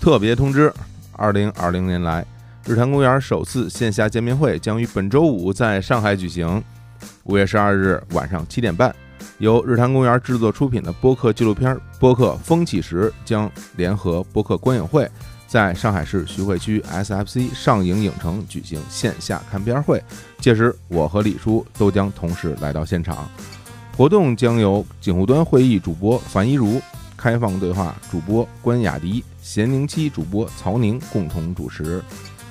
特别通知：二零二零年来，日坛公园首次线下见面会将于本周五在上海举行，五月十二日晚上七点半，由日坛公园制作出品的播客纪录片《播客风起时》将联合播客观影会，在上海市徐汇区 SFC 上影影城举行线下看片会。届时，我和李叔都将同时来到现场。活动将由警务端会议主播樊一茹、开放对话主播关雅迪、咸宁七主播曹宁共同主持。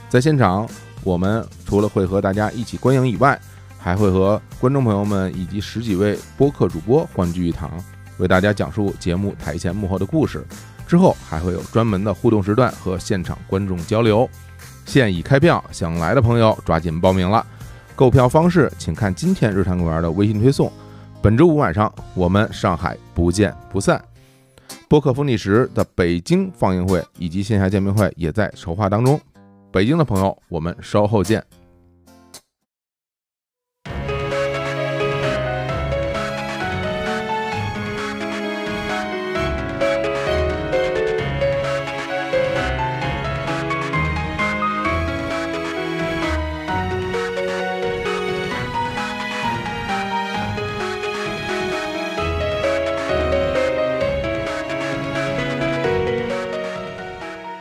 在现场，我们除了会和大家一起观影以外，还会和观众朋友们以及十几位播客主播欢聚一堂，为大家讲述节目台前幕后的故事。之后还会有专门的互动时段和现场观众交流。现已开票，想来的朋友抓紧报名了。购票方式，请看今天日坛公园的微信推送。本周五晚上，我们上海不见不散。播客风历时的北京放映会以及线下见面会也在筹划当中。北京的朋友，我们稍后见。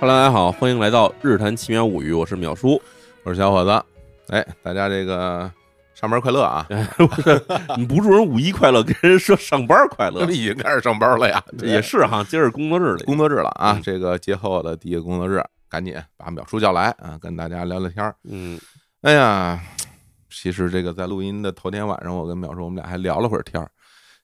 Hello，大家好，欢迎来到日坛奇妙物语，我是淼叔。我是小伙子，哎，大家这个上班快乐啊！你嗯不祝人五一快乐，跟人说上班快 乐这，已经开始上班了 呀，这也是哈，今儿是工作日了。工作日了啊嗯！这个节后的第一个工作日，赶紧把淼叔叫来啊，跟大家聊聊天儿。嗯，哎呀，其实这个在录音的头天晚上，我跟淼叔我们俩还聊了会儿天儿，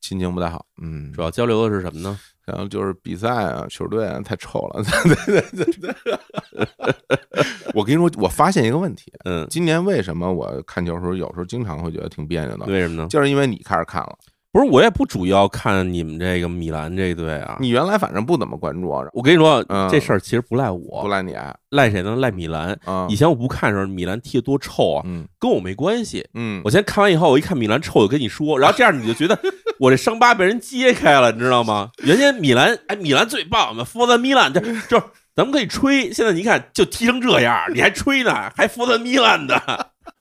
心情不太好，嗯，主要交流的是什么呢？然后就是比赛啊，球队啊，太臭了。 对对对对 我跟你说，我发现一个问题，嗯，今年为什么我看球的时候有时候经常会觉得挺别扭的，为什么呢？就是因为你开始看了，不是，我也不主要看你们这个米兰这队啊。你原来反正不怎么关注，我跟你说嗯，这事儿其实不赖不我，赖你啊，赖谁呢？赖米兰。嗯以前我不看的时候，米兰踢得多臭啊，嗯跟我没关系。嗯，我先看完以后，我一看米兰臭，我跟你说，然后这样你就觉得我这伤疤被人揭开了，你知道吗？原先米兰，哎，米兰最棒嘛，佛特米兰，这这咱们可以吹。现在你看，就踢成这样，你还吹呢，还佛特米兰的，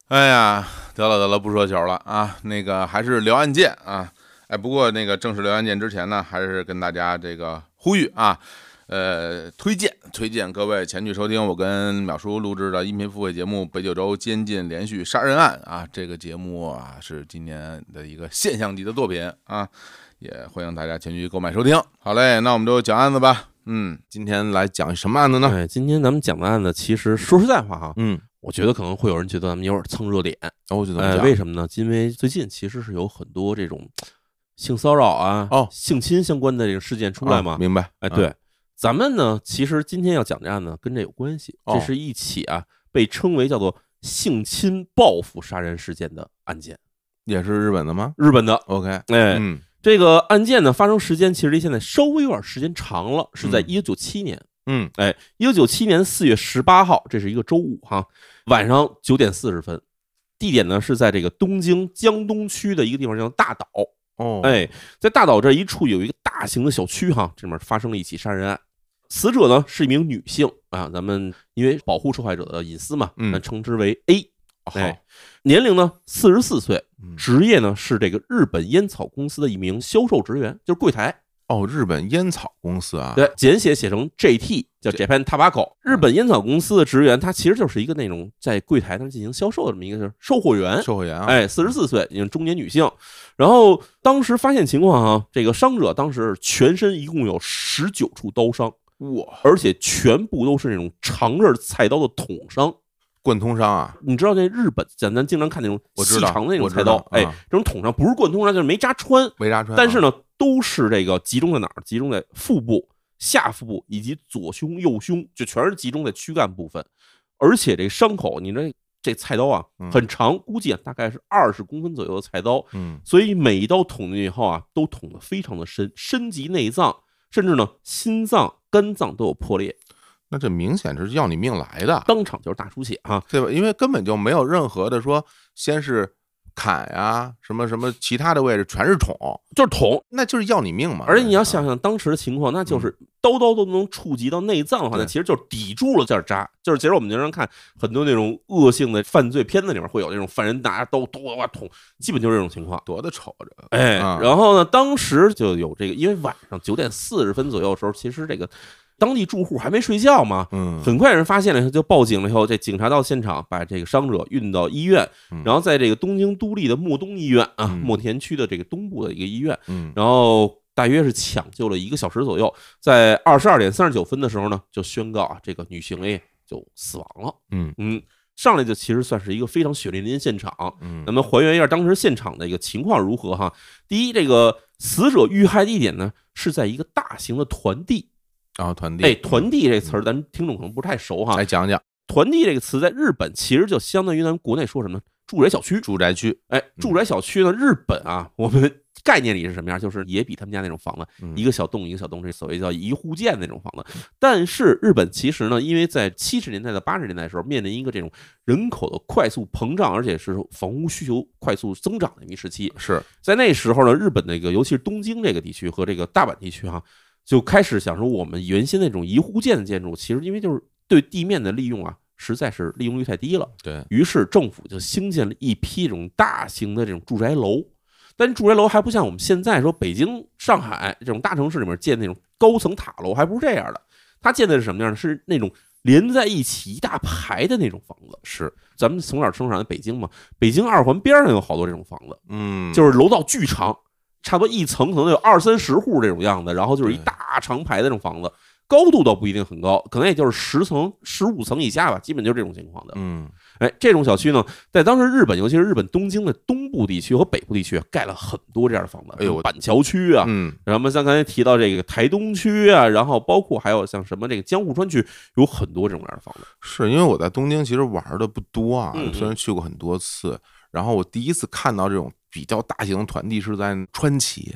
哎呀，得了得了，不说球了啊，那个还是聊案件啊。哎，不过那个正式聊案件之前呢，还是跟大家这个呼吁啊，呃，推荐推荐各位前去收听我跟淼叔录制的音频付费节目《北九州监禁连续杀人案》啊，这个节目啊是今年的一个现象级的作品啊，也欢迎大家前去购买收听。好嘞，那我们就讲案子吧。嗯，今天来讲什么案子呢？哎，今天咱们讲的案子，其实说实在话哈，嗯，我觉得可能会有人觉得咱们有点蹭热点，哦，我就怎么哎，讲？为什么呢？因为最近其实是有很多这种性骚扰啊、哦性侵相关的这个事件出来嘛啊，明白？啊，哎，对，咱们呢，其实今天要讲这案呢，跟这有关系。哦这是一起啊，被称为叫做性侵报复杀人事件的案件，也是日本的吗日本的。 ？OK，哎，嗯，这个案件呢，发生时间其实离现在稍微有点时间长了，是在嗯一九九七年。嗯哎，一九九七年四月十八号，这是一个周五哈，晚上九点四十分，地点呢是在这个东京江东区的一个地方叫大岛。哦，哎，在大岛这一处有一个大型的小区哈，这里面发生了一起杀人案，死者呢是一名女性啊，咱们因为保护受害者的隐私嘛，嗯哦咱称之为 A。好，哎，年龄呢四十四岁，嗯职业呢是这个日本烟草公司的一名销售职员，就是柜台。哦，日本烟草公司啊，对，简写写成 JT，叫这嗯 Japan Tobacco。日本烟草公司的职员，他其实就是一个那种在柜台那儿进行销售的这么一个就是售货员，售货员啊，哎，四十四岁，已经中年女性。然后当时发现情况啊，这个伤者当时全身一共有十九处刀伤，哇，而且全部都是那种长刃菜刀的捅伤。贯通商啊，你知道那日本，咱咱经常看那种我知细道长的那我种知菜道刀，哎啊，这种捅伤不是贯通伤，就是没扎穿。没啥穿啊，但是呢，都是这个集中在哪儿？集中在腹部、下腹部以及左胸、右胸，就全是集中在躯干部分。而且这伤口，你这这菜刀啊嗯很长，估计啊大概是二十公分左右的菜刀，嗯，所以每一刀捅进去以后啊，都捅得非常的深，深及内脏，甚至呢心脏、肝脏都有破裂，那这明显是要你命来的，当场就是大出血啊。对吧？因为根本就没有任何的说，先是砍呀、什么什么其他的位置全是捅，就是捅。那就是要你命嘛。而且你要啊想想当时的情况，那就是刀刀都能触及到内脏的话，嗯对那其实就是抵住了就是扎。就是其实我们经常看很多那种恶性的犯罪片子里面会有那种犯人拿着刀咚哇哇捅，基本就是这种情况。多的瞅着，哎，啊然后呢，当时就有这个，因为晚上九点四十分左右的时候，其实这个当地住户还没睡觉嘛，嗯，很快人发现了以后就报警了，以后这警察到现场把这个伤者运到医院嗯，然后在这个东京都立的莫东医院啊，嗯墨田区的这个东部的一个医院，嗯然后大约是抢救了一个小时左右，在二十二点三十九分的时候呢，就宣告啊，这个女性 A 就死亡了。嗯嗯，上来就其实算是一个非常血淋淋的现场。嗯那么还原一下当时现场的一个情况如何哈？第一，这个死者遇害地点呢是在一个大型的团地。然后团地，哎，团地啊这词儿咱听众可能不太熟哈来。讲讲团地这个词在日本其实就相当于咱们国内说什么呢住宅小区。住宅区，嗯哎，住宅小区呢，日本啊，我们的概念里是什么样？就是也比他们家那种房子，嗯一个小栋一个小栋，这所谓叫一户建那种房子。但是日本其实呢，因为在七十年代到八十年代的时候，面临一个这种人口的快速膨胀，而且是房屋需求快速增长的一个时期。是在那时候呢，日本那个尤其是东京这个地区和这个大阪地区哈、就开始想说，我们原先那种一户建的建筑，其实因为就是对地面的利用啊，实在是利用率太低了。对，于是政府就兴建了一批这种大型的这种住宅楼，但住宅楼还不像我们现在说北京、上海这种大城市里面建那种高层塔楼，还不是这样的。它建的是什么样呢？是那种连在一起一大排的那种房子。是，咱们从小生长在北京嘛，北京二环边上有好多这种房子，嗯，就是楼道巨长，差不多一层可能有二三十户这种样子，然后就是一对大长排的这种房子，高度倒不一定很高，可能也就是十层、十五层以下吧，基本就是这种情况的。嗯哎，这种小区呢，在当时日本，尤其是日本东京的东部地区和北部地区，盖了很多这样的房子，哎呦我板桥区啊，嗯然后我们像刚才提到这个台东区啊，然后包括还有像什么这个江户川区，有很多这种样的房子。是因为我在东京其实玩的不多啊嗯，嗯虽然去过很多次，然后我第一次看到这种比较大型的团地是在川崎，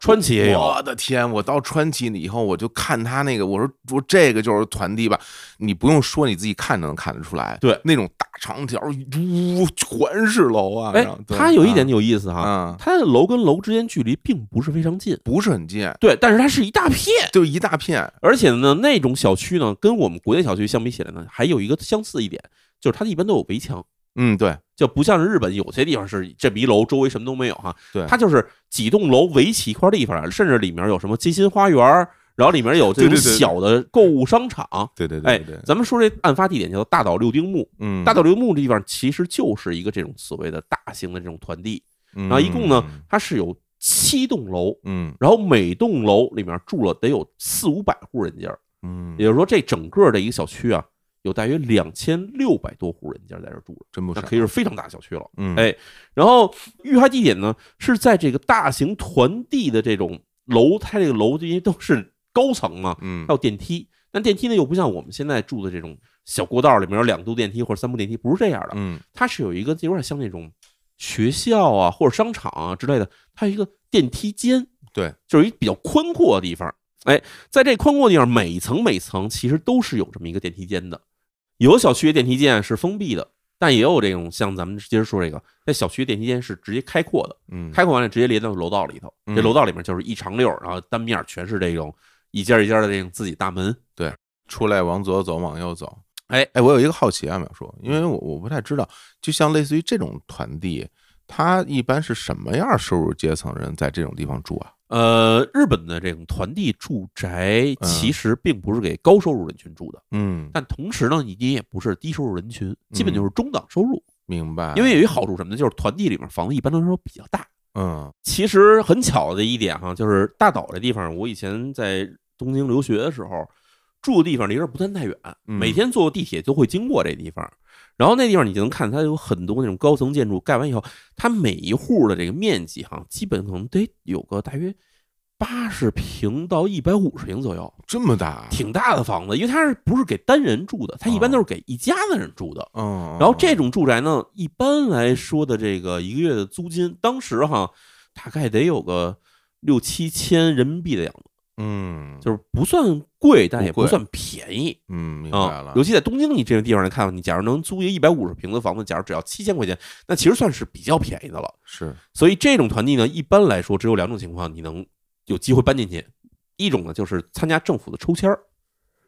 川崎也有，哦我的天！我到川崎以后，我就看他那个，我说我说这个就是团地吧，你不用说，你自己看就能看得出来。对那种大长条，呜，全是楼啊。哎然后，对它有一点有意思哈，啊，嗯它的楼跟楼之间距离并不是非常近，不是很近，对，但是它是一大片，就一大片。而且呢，那种小区呢，跟我们国内小区相比起来呢，还有一个相似一点，就是它一般都有围墙。嗯，对，就不像是日本有些地方是这么一楼周围什么都没有哈，对它就是几栋楼围起一块地方来，甚至里面有什么街心花园儿，然后里面有这种对对对对小的购物商场。对对哎对对，，咱们说这案发地点叫大岛六丁目，嗯，大岛六丁目这地方其实就是一个这种所谓的大型的这种团地，嗯，然然后一共呢，它是有七栋楼，嗯然后每栋楼里面住了得有四五百户人家儿，嗯也，就是说这整个的一个小区啊，有大约两千六百多户人家在这儿住着，真不那少。可以是非常大的小区了。嗯，哎然后遇害地点呢是在这个大型团地的这种楼，它这个楼因为都是高层嘛，嗯还，有电梯，但电梯呢又不像我们现在住的这种小过道里面有两度电梯或者三步电梯，不是这样的，嗯它是有一个有点像那种学校啊或者商场啊之类的，它有一个电梯间，对，就是一比较宽阔的地方。哎，在这宽阔地方，每层每层其实都是有这么一个电梯间的。有的小区的电梯间是封闭的，但也有这种像咱们接着说这个，在小区的电梯间是直接开阔的，嗯，开阔完了直接连到楼道里头。这嗯楼道里面就是一长溜儿，然后单面儿全是这种一家一家的这种自己大门。出来往左走，往右走。哎哎，我有一个好奇啊，淼叔，因为我我不太知道，就像类似于这种团地，他一般是什么样收入阶层人在这种地方住啊？呃，日本的这种团地住宅嗯其实并不是给高收入人群住的，嗯，但同时呢，你你也不是低收入人群，基本嗯哎就是中档收入。明白。因为有一好处什么呢？就是团地里面房子一般来说比较大。嗯其实很巧的一点哈，就是大岛这地方，我以前在东京留学的时候住的地方离这儿不算太远，嗯每天坐地铁都会经过这地方。然后那地方你就能看，它有很多那种高层建筑，盖完以后，它每一户的这个面积哈，基本可能得有个大约八十平到一百五十平左右，这么大，啊挺大的房子。因为它是不是给单人住的，它一般都是给一家子人住的。嗯，然后这种住宅呢，一般来说的这个一个月的租金，当时哈大概得有个六七千人民币的样子，嗯，就是不算贵，但也不贵不算便宜嗯，明白啊了。。尤其在东京，你这个地方来看，你假如能租一个一百五十平的房子，假如只要七千块钱，那其实算是比较便宜的了。是，所以这种团地呢，一般来说只有两种情况你能有机会搬进去，一种呢就是参加政府的抽签儿，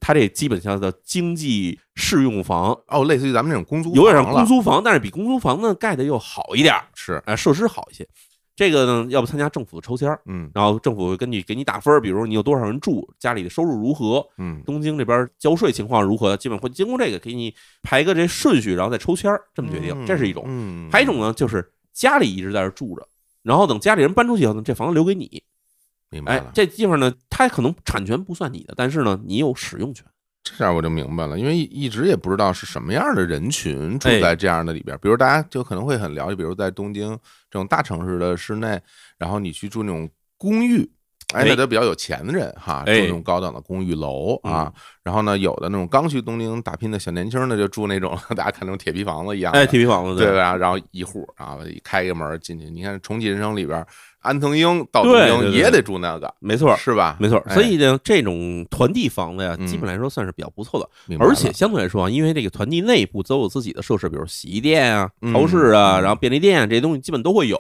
它这基本上的经济适用房，哦，类似于咱们这种公租，有点像公，租房，但是比公租房呢盖的又好一点儿，是，啊，设施好一些。这个呢，要不参加政府的抽签儿，嗯然后政府会根据给你打分儿，比如你有多少人住，家里的收入如何，嗯，东京这边交税情况如何，基本会经过这个给你排个这顺序，然后再抽签儿，这么决定，这是一种。嗯，还有一种呢，就是家里一直在这住着，然后等家里人搬出去以后呢，这房子留给你。明白哎了，，这地方呢，它可能产权不算你的，但是呢，你有使用权。这下我就明白了，因为一一直也不知道是什么样的人群住哎在这样的里边儿，比如大家就可能会很了解，比如在东京这种大城市的室内，然后你去住那种公寓。哎，哎那都比较有钱的人哈，住哎嗯那种高档的公寓楼啊。然后呢，有的那种刚去东京打拼的小年轻呢，就住那种 大家看那种铁皮房子一样的，哎，铁皮房子对吧？然后一户啊，一开一个门进去，你看《重启人生》里边，安藤英到东对京对对也得住那个，没错，是吧？没错。哎所以呢，这种团地房子呀，嗯基本来说算是比较不错的，明白了而且相对来说啊，因为这个团地内部都有自己的设施，比如洗衣店啊、嗯超市啊，嗯然后便利店啊，这些东西基本都会有。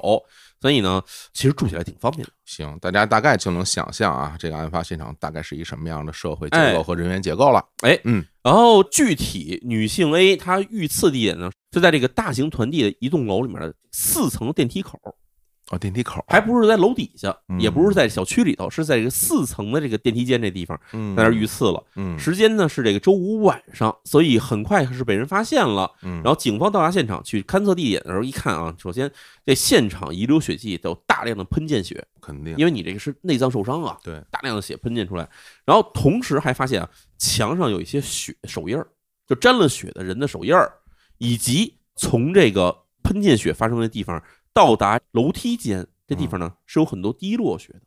所以呢，其实住起来挺方便的。行，大家大概就能想象啊，这个案发现场大概是一什么样的社会结哎构和人员结构了。然后哦具体女性 A 她遇刺地点呢是在这个大型团地的一栋楼里面的四层电梯口，哦，电梯口还不是在楼底下嗯，也不是在小区里头，是在这个四层的这个电梯间这地方，嗯在那儿遇刺了。嗯时间呢是这个周五晚上，所以很快是被人发现了。嗯，然后警方到达现场去勘测地点的时候，一看啊，首先这现场遗留血迹有大量的喷溅血，肯定因为你这个是内脏受伤啊，对，大量的血喷溅出来。然后同时还发现啊，墙上有一些血手印儿，就沾了血的人的手印儿，以及从这个喷溅血发生的地方到达楼梯间这嗯地方呢，是有很多滴落血的。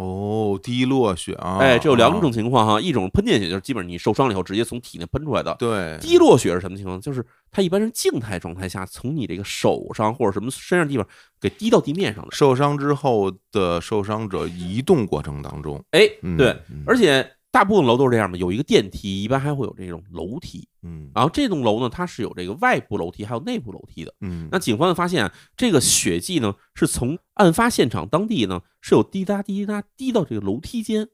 哦，滴落血啊，哎，这有两种啊，情况哈，一种是喷溅血，就是基本上你受伤了以后直接从体内喷出来的。对，滴落血是什么情况？就是它一般是静态状态下从你这个手上或者什么身上地方给滴到地面上的。受伤之后的受伤者移动过程当中，哎嗯，对，，嗯而且大部分楼都是这样的，有一个电梯，一般还会有这种楼梯。嗯然后这栋楼呢，它是有这个外部楼梯还有内部楼梯的。嗯，那警方就发现、啊，这个血迹呢是从案发现场当地呢是有滴答滴答滴到这个楼梯间，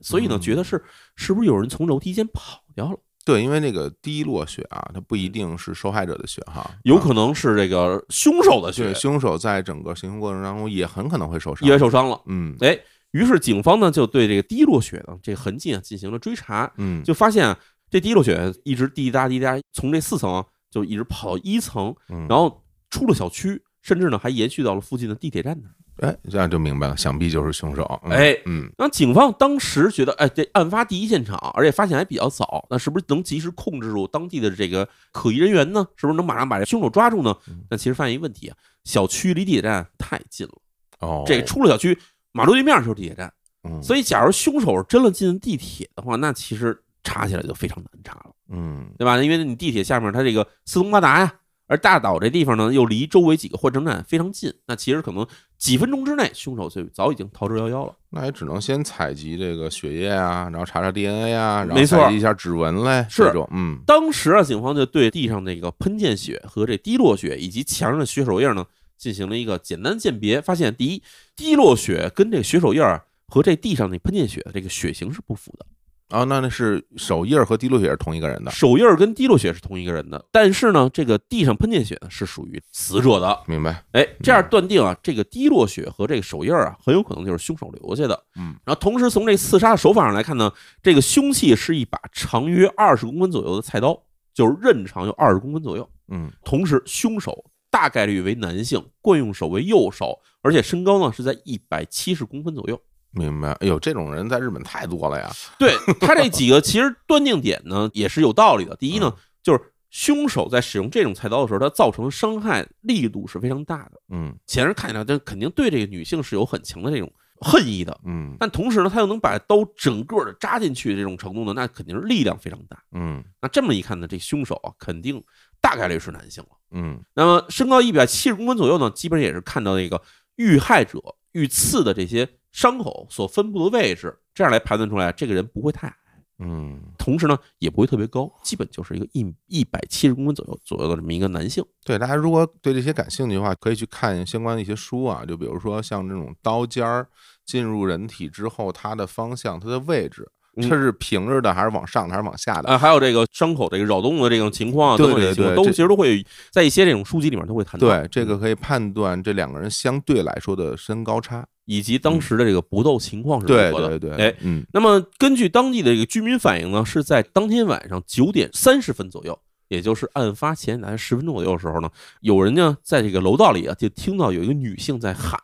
所以呢嗯觉得是是不是有人从楼梯间跑掉了？对，因为那个滴落血啊，它不一定是受害者的血哈，有啊可能是这个凶手的血对凶手在整个行凶过程当中也很可能会受伤意，外受伤了。嗯哎，于是警方呢就对这个滴落血的这个痕迹啊进行了追查，嗯，就发现啊这滴落血一直滴答滴答，从这四层啊就一直跑到一层，然然后出了小区，甚至呢还延续到了附近的地铁站那儿。哎，这样就明白了，想必就是凶手。嗯哎嗯，那警方当时觉得，哎，这案发第一现场，而且发现还比较早，那是不是能及时控制住当地的这个可疑人员呢？是不是能马上把这凶手抓住呢嗯？但其实发现一个问题啊，小区离地铁站太近了，哦，这出了小区，马路对面就是地铁站。嗯，所以，假如凶手真的进地铁的话，那其实查起来就非常难查了，嗯，对吧？因为你地铁下面它这个四通八达呀，而大岛这地方呢又离周围几个换乘站非常近，那其实可能几分钟之内，凶手就早已经逃之夭夭了。那也只能先采集这个血液啊，然后查查 DNA 啊，然后没错采集一下指纹嘞，是这种，嗯当时啊，警方就对地上那个喷溅血和这滴落血以及墙上的血手印呢进行了一个简单鉴别，发现第一，滴落血跟这个血手印儿和这地上那喷溅血的这个血型是不符的。啊，那那是手印儿和滴落血是同一个人的，手印儿跟滴落血是同一个人的，但是呢，这个地上喷溅血呢是属于死者的。明白？哎，这样断定啊，这个滴落血和这个手印儿啊，很有可能就是凶手留下的。嗯，然后同时从这刺杀的手法上来看呢，这个凶器是一把长约二十公分左右的菜刀，就是刃长有二十公分左右。嗯，同时，凶手大概率为男性，惯用手为右手，而且身高呢是在一百七十公分左右。明白。哎呦，这种人在日本太多了呀。对他这几个其实断定点呢也是有道理的。第一呢，就是凶手在使用这种菜刀的时候，他造成伤害力度是非常大的。嗯显然看起来，他肯定对这个女性是有很强的这种恨意的。嗯但同时呢，他又能把刀整个的扎进去这种程度呢，那肯定是力量非常大。嗯那这么一看呢，这凶手啊，肯定大概率是男性了。嗯，那么身高一百七十公分左右呢，基本也是看到那个遇害者遇刺的这些伤口所分布的位置，这样来判断出来这个人不会太矮，嗯同时呢也不会特别高，基本就是一个一一百七十公分左右左右的这么一个男性。对，大家如果对这些感兴趣的话，可以去看相关的一些书啊，就比如说像这种刀尖儿进入人体之后，它的方向、它的位置，嗯它是平着的还是往上的还是往下的？啊，还有这个伤口这个扰动的这种情况啊，对等等这些情况对对都这其实都会在一些这种书籍里面都会谈到，嗯对，这个可以判断这两个人相对来说的身高差。以及当时的这个搏斗情况是如嗯对何的。对对，哎，嗯，那么根据当地的这个居民反映呢，是在当天晚上九点三十分左右，也就是案发前大概十分钟左右的时候呢，有人呢在这个楼道里啊就听到有一个女性在喊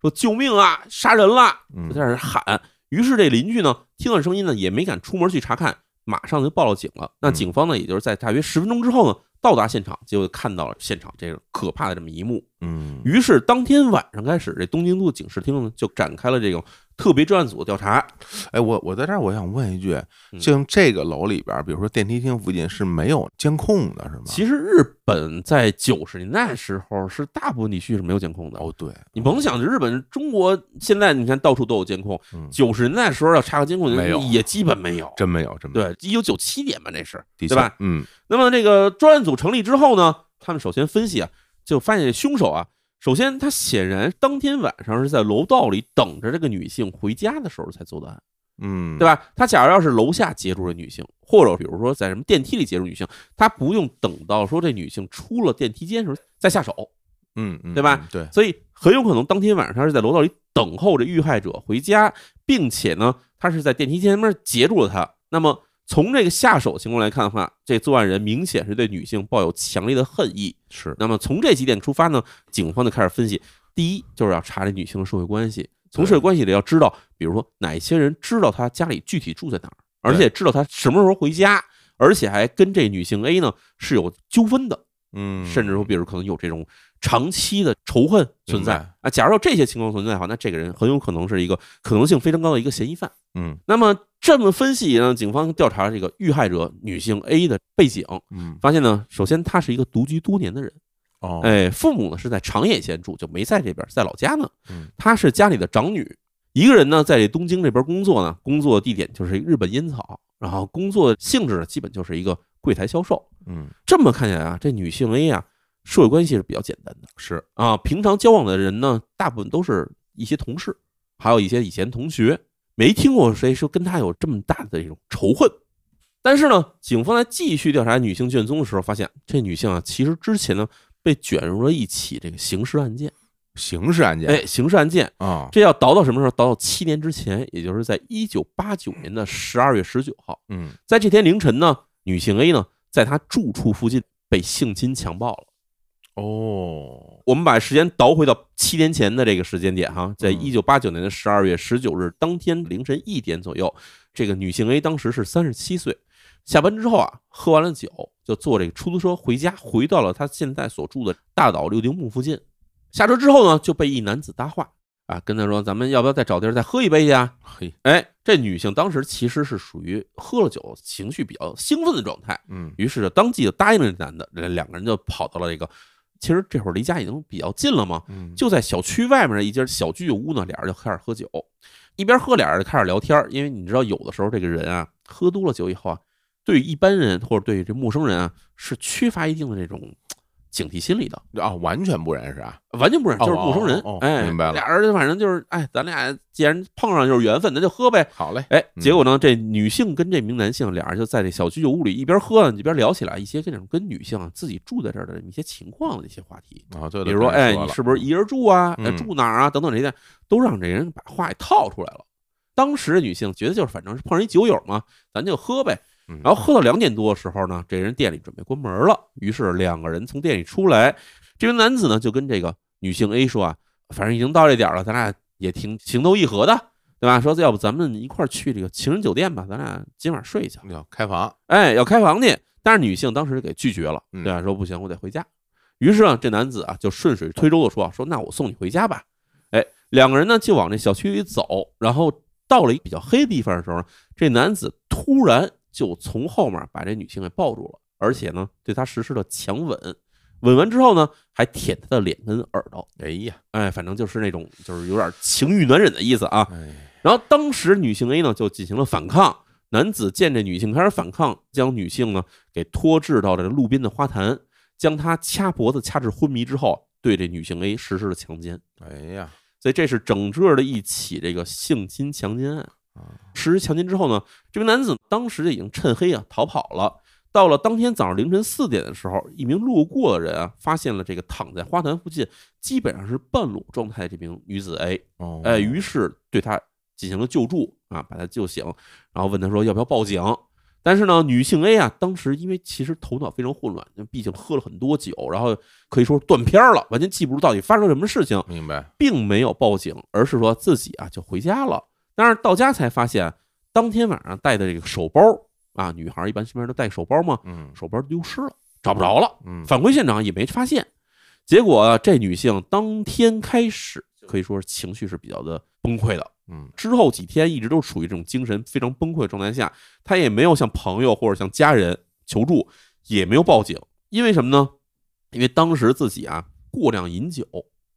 说：“救命啊，杀人啦！”嗯就在那儿喊。于是这邻居呢听到声音呢也没敢出门去查看，马上就报了警了。那嗯警方呢也就是在大约十分钟之后呢到达现场，结果看到了现场这个可怕的这么一幕。嗯于是当天晚上开始，这东京都警视厅呢就展开了这种特别专案组的调查。哎，我我在这儿我想问一句，嗯像这个楼里边儿，比如说电梯厅附近是没有监控的，是吗？其实日本在九十年代时候是大部分地区是没有监控的。哦，对，你甭想，日本、中国现在你看到处都有监控，嗯，九十年代时候要查个监控没有也基本没有。真没有，真没有，对，一九九七年吧，那是对对吧？嗯那么这个专案组成立之后呢，他们首先分析啊，就发现凶手啊，首先他显然当天晚上是在楼道里等着这个女性回家的时候才做的案，嗯，对吧？他假如要是楼下截住了女性，或者比如说在什么电梯里截住女性，他不用等到说这女性出了电梯间的时候再下手，嗯嗯，对吧嗯？对，所以很有可能当天晚上他是在楼道里等候着遇害者回家，并且呢，他是在电梯前面截住了他。那么从这个下手情况来看的话，这作案人明显是对女性抱有强烈的恨意。是，那么从这几点出发呢，警方就开始分析：第一，就是要查这女性的社会关系，从对社会关系里要知道，比如说哪些人知道她家里具体住在哪儿，而对且知道她什么时候回家，而且还跟这女性 A 呢是有纠纷的。嗯，甚至说，比如可能有这种长期的仇恨存在明啊。假如有这些情况存在的话，那这个人很有可能是一个可能性非常高的一个嫌疑犯。嗯那么这么分析呢，警方调查了这个遇害者女性 A 的背景，嗯，发现呢，首先她是一个独居多年的人，哦，哎，父母呢是在长野县住，就没在这边，在老家呢嗯。她是家里的长女，一个人呢在这东京这边工作呢，工作地点就是日本烟草，然后工作性质呢基本就是一个柜台销售。嗯，这么看起来啊，这女性 A 啊，社会关系是比较简单的是，啊。平常交往的人呢，大部分都是一些同事，还有一些以前同学，没听过谁说跟她有这么大的这种仇恨。但是呢，警方在继续调查女性卷宗的时候，发现这女性啊，其实之前呢被卷入了一起这个刑事案件。刑事案件，哎，刑事案件，啊，这要倒到什么时候？倒到七年之前，也就是在一九八九年的十二月十九号，嗯，在这天凌晨呢，女性 A 呢，在她住处附近被性侵强暴了。哦，我们把时间倒回到七年前的这个时间点哈，在嗯一九八九年的十二月十九日当天凌晨一点左右，这个女性 A 当时是三十七岁，下班之后啊，喝完了酒就坐这个出租车回家，回到了她现在所住的大岛六丁目附近。下车之后呢，就被一男子搭话啊，跟他说咱们要不要再找地儿再喝一杯去啊？嘿，哎，这女性当时其实是属于喝了酒，情绪比较兴奋的状态，嗯于是就当即就答应了这男的，这两个人就跑到了这个，其实这会儿离家已经比较近了嘛，嗯，就在小区外面的一间小居酒屋呢，俩人就开始喝酒，一边喝俩人就开始聊天儿，因为你知道有的时候这个人啊，喝多了酒以后啊，对一般人或者对这陌生人啊是缺乏一定的这种警惕心理的，啊，完全不认识啊，完全不认识，哦就是陌生人哦哦哦，哎，明白了俩人反正就是哎，咱俩既然碰上就是缘分，那就喝呗，好嘞，哎，嗯结果呢，这女性跟这名男性俩人就在这小居酒屋里一边喝呢，一边聊起来一些这种跟女性啊自己住在这儿的一些情况的一些话题，啊，对，比如说，哎，你是不是一人住啊？嗯呃住哪儿啊？等等这些，都让这人把话给套出来了。当时这女性觉得就是反正是碰上一酒友嘛，咱就喝呗。嗯然后喝到两点多的时候呢，这人店里准备关门了，于是两个人从店里出来，这名男子呢就跟这个女性 A 说啊，反正已经到这点儿了，咱俩也挺情投意合的，对吧？说要不咱们一块儿去这个情人酒店吧，咱俩今晚睡一觉。嗯要开房？哎，要开房去。但是女性当时给拒绝了，嗯对吧？说不行，我得回家。于是啊，这男子啊就顺水推舟的说啊，说那我送你回家吧。哎，两个人呢就往这小区里走，然后到了一比较黑的地方的时候呢，这男子突然就从后面把这女性给抱住了，而且呢对她实施了强吻，吻完之后呢，还舔他的脸跟耳朵，哎呀，哎，反正就是那种就是有点情欲难忍的意思啊。哎，然后当时女性 A 呢就进行了反抗，男子见这女性开始反抗，将女性呢给拖至到这个路边的花坛，将她掐脖子掐至昏迷之后，对这女性 A 实施了强奸。哎呀，所以这是整个的一起这个性侵强奸案啊。实施强奸之后呢，这名男子当时就已经趁黑啊逃跑了。到了当天早上凌晨四点的时候，一名路过的人啊发现了这个躺在花坛附近，基本上是半裸状态的这名女子 A，哦，哎，于是对他进行了救助啊，把他救醒，然后问他说要不要报警。但是呢，女性 A 啊，当时因为其实头脑非常混乱，毕竟喝了很多酒，然后可以说是断片儿了，完全记不住到底发生了什么事情，明白，并没有报警，而是说自己啊就回家了。但是到家才发现，当天晚上带的这个手包啊，女孩一般身边都带手包嘛，嗯手包丢失了，找不着了。嗯，返回现场也没发现。结果啊这女性当天开始可以说是情绪是比较的崩溃的，嗯之后几天一直都处于这种精神非常崩溃的状态下，她也没有向朋友或者向家人求助，也没有报警，因为什么呢？因为当时自己啊过量饮酒，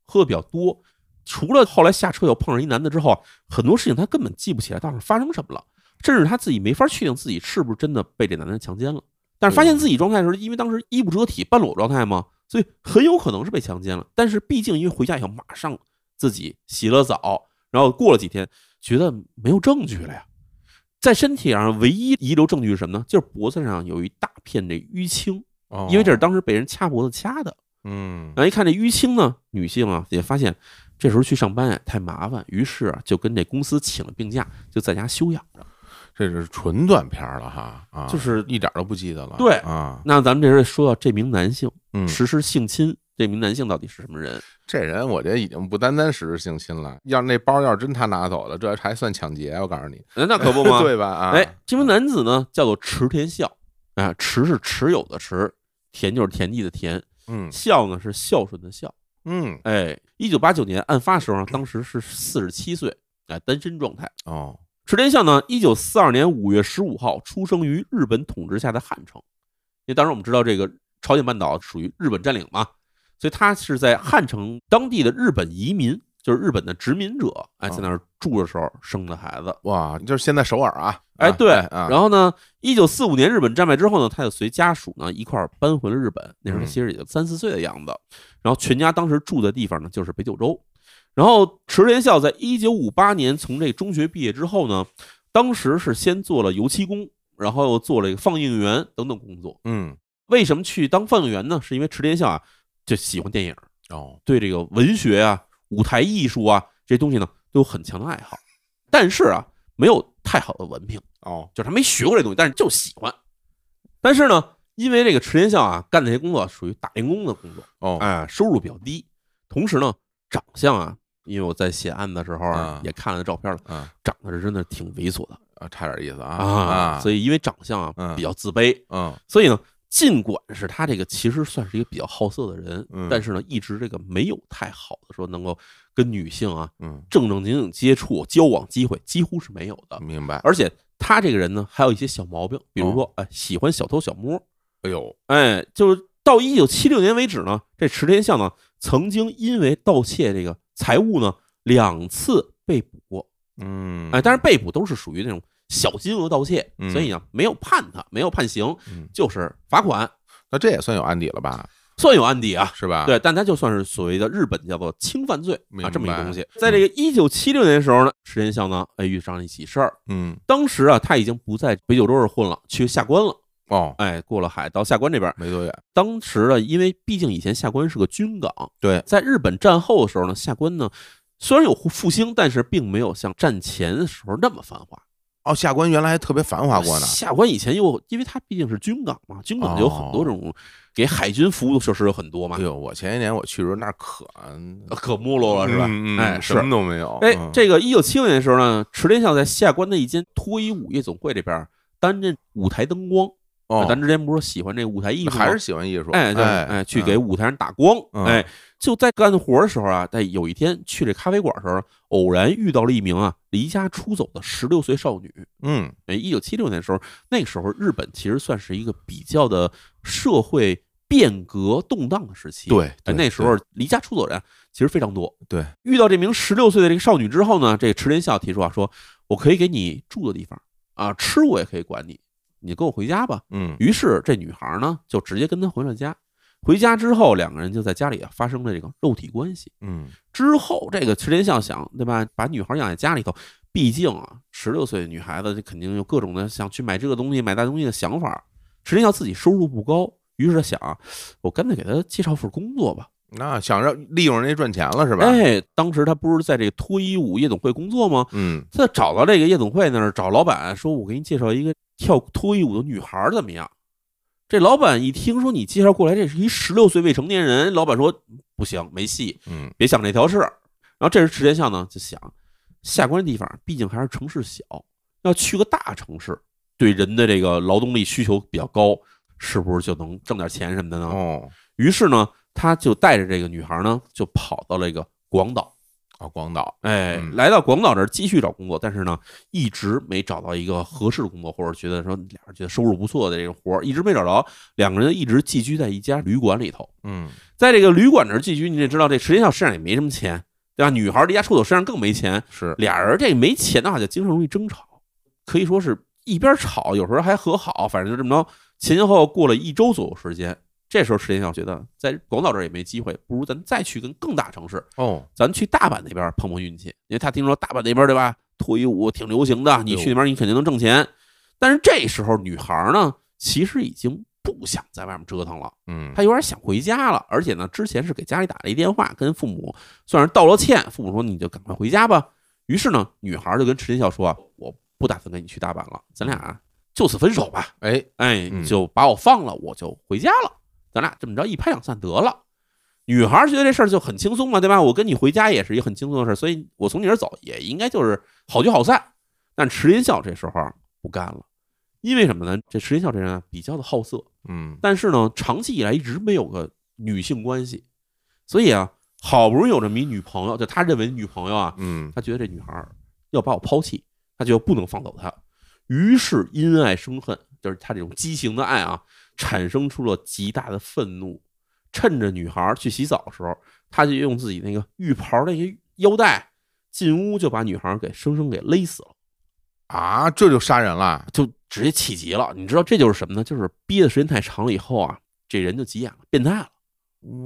喝的比较多。除了后来下车又碰上一男的之后啊，很多事情她根本记不起来到底发生什么了，甚至她自己没法确定自己是不是真的被这男的强奸了。但是发现自己状态的时候，因为当时衣不遮体、半裸状态嘛，所以很有可能是被强奸了。但是毕竟因为回家以后马上自己洗了澡，然后过了几天，觉得没有证据了呀。在身体上唯一遗留证据是什么呢？就是脖子上有一大片这淤青，哦，因为这是当时被人掐脖子掐的。嗯然后一看这淤青呢，女性啊也发现这时候去上班呀太麻烦，于是啊就跟这公司请了病假，就在家休养着。这是纯断片儿了哈，啊，就是一点儿都不记得了，对啊，那咱们这时候说到这名男性嗯，实施性侵，这名男性到底是什 么人？这人我觉得已经不单单实施性侵了，要那包要真他拿走了，这还算抢劫，我告诉你，哎那可不嘛。 对吧？啊，哎，这名男子呢叫做池田孝，啊，池是持有的池，田就是田地的田，嗯孝呢是孝顺的孝。嗯，哎，一九八九年案发时候呢，当时是四十七岁，哎，单身状态。哦，池田孝呢，一九四二年五月十五号出生于日本统治下的汉城，因为当时我们知道这个朝鲜半岛属于日本占领嘛，所以他是在汉城当地的日本移民，就是日本的殖民者，哎，在那儿住的时候生的孩子。哇，就是现在首尔啊，哎，啊对，啊，然后呢，一九四五年日本战败之后呢，他就随家属呢一块儿搬回了日本。那时候嗯他其实也就三四岁的样子。然后全家当时住的地方呢，就是北九州。然后池田孝在一九五八年从这个中学毕业之后呢，当时是先做了油漆工，然后又做了一个放映员等等工作。嗯，为什么去当放映员呢？是因为池田孝啊就喜欢电影，哦，对这个文学啊、舞台艺术啊这些东西呢都有很强的爱好，但是啊没有太好的文凭。哦，就是他没学过这东西，但是就喜欢。但是呢，因为这个池田孝啊干这些工作属于打零工的工作，哦，哎，收入比较低。同时呢，长相啊，因为我在写案的时候啊啊也看了照片了，嗯，长得是真的挺猥琐的啊，差点意思啊所以，以因为长相啊嗯比较自卑，嗯所以呢，尽管是他这个其实算是一个比较好色的人嗯，但是呢，一直这个没有太好的说能够跟女性啊嗯，正正经经接触交往机会，几乎是没有的。明白。而且他这个人呢，还有一些小毛病，比哦如说，哎，喜欢小偷小摸，哎呦，哎，就是到一九七六年为止呢，这池田孝呢，曾经因为盗窃这个财物呢，两次被捕过，嗯，哎，但是被捕都是属于那种小金额盗窃，嗯所以呢，没有判他，没有判刑嗯，就是罚款，那这也算有案底了吧？算有案底啊。是吧？对，但他就算是所谓的日本叫做轻犯罪明白嗯啊，这么一个东西。在这个一九七六年的时候呢，池田孝呢，哎，遇上了一起事儿。嗯，当时啊，他已经不在北九州市混了，去下关了。哦，哎，过了海到下关这边。没多远，当时呢，因为毕竟以前下关是个军港，对，在日本战后的时候呢，下关呢虽然有复兴，但是并没有像战前的时候那么繁华。哦，下关原来还特别繁华过呢，下关以前又因为它毕竟是军港嘛，军港就有很哦多这种给海军服务的设施有很多嘛哎，呦，我前些年我去的时候那儿可可没落了是吧？嗯嗯哎，嗯是什。么都没有。哎嗯，这个一九七六年的时候呢，池田孝在下关的一间脱衣舞夜总会里边担任舞台灯光。哦，咱之前不是说喜欢这个舞台艺术吗？还是喜欢艺术，哎，就是哎哎，去给舞台上打光，嗯哎，就在干活的时候啊，在有一天去这咖啡馆的时候，偶然遇到了一名啊离家出走的十六岁少女。嗯哎，一九七六年的时候，那个时候日本其实算是一个比较的社会变革动荡的时期，对哎对那时候离家出走人其实非常多。对，遇到这名十六岁的这个少女之后呢，这个池田孝提出啊，说我可以给你住的地方啊，吃我也可以管你，你跟我回家吧。嗯于是这女孩呢，就直接跟他回了家。回家之后，两个人就在家里啊发生了这个肉体关系。嗯，之后，这个池田孝想，对吧？把女孩养在家里头，毕竟啊，十六岁的女孩子，这肯定有各种的想去买这个东西、买那东西的想法。池田孝自己收入不高，于是他想啊，我干脆给她介绍份工作吧。那想让利用人家赚钱了是吧？哎，当时他不是在这个脱衣舞夜总会工作吗？嗯他找到这个夜总会那儿找老板，说我给你介绍一个跳脱衣舞的女孩儿怎么样？这老板一听说你介绍过来，这是一十六岁未成年人，老板说不行，没戏，嗯别想这条事儿。然后这时池田向呢就想，下关的地方毕竟还是城市小，要去个大城市，对人的这个劳动力需求比较高，是不是就能挣点钱什么的呢？哦于是呢，他就带着这个女孩呢，就跑到了一个广岛。哦，广岛哎，嗯来到广岛这儿继续找工作，但是呢，一直没找到一个合适的工作，或者觉得说俩人觉得收入不错的这种活儿，一直没找着。两个人一直寄居在一家旅馆里头，嗯在这个旅馆这儿寄居，你也知道，这池田孝身上也没什么钱，对吧？女孩离家出走，身上更没钱，是俩人这没钱的话，就经常容易争吵，可以说是一边吵，有时候还和好，反正就这么着。前前后后过了一周左右时间，这时候池田孝觉得在广岛这儿也没机会，不如咱再去跟更大城市，哦，咱去大阪那边碰碰运气，因为他听说大阪那边对吧，脱衣舞挺流行的，你去那边你肯定能挣钱。但是这时候女孩呢，其实已经不想在外面折腾了，嗯她有点想回家了。而且呢，之前是给家里打了一电话，跟父母算是道了歉，父母说你就赶快回家吧。于是呢，女孩就跟池田孝说啊，我不打算跟你去大阪了，咱俩就此分手吧。哎哎嗯，就把我放了，我就回家了。咱俩这么着一拍两散得了。女孩觉得这事儿就很轻松嘛，对吧？我跟你回家也是一个很轻松的事儿，所以我从你这儿走也应该就是好聚好散。但池田孝这时候啊不干了，因为什么呢？这池田孝这人啊比较的好色，嗯但是呢，长期以来一直没有个女性关系，所以啊，好不容易有这么一女朋友，就他认为女朋友啊，嗯他觉得这女孩儿要把我抛弃，他觉得不能放走她，于是因爱生恨，就是他这种畸形的爱啊，产生出了极大的愤怒。趁着女孩儿去洗澡的时候，他就用自己那个浴袍那个腰带进屋，就把女孩儿给生生给勒死了，啊，这就杀人了，就直接气急了。你知道这就是什么呢？就是憋的时间太长了以后啊，这人就急眼了，变态了。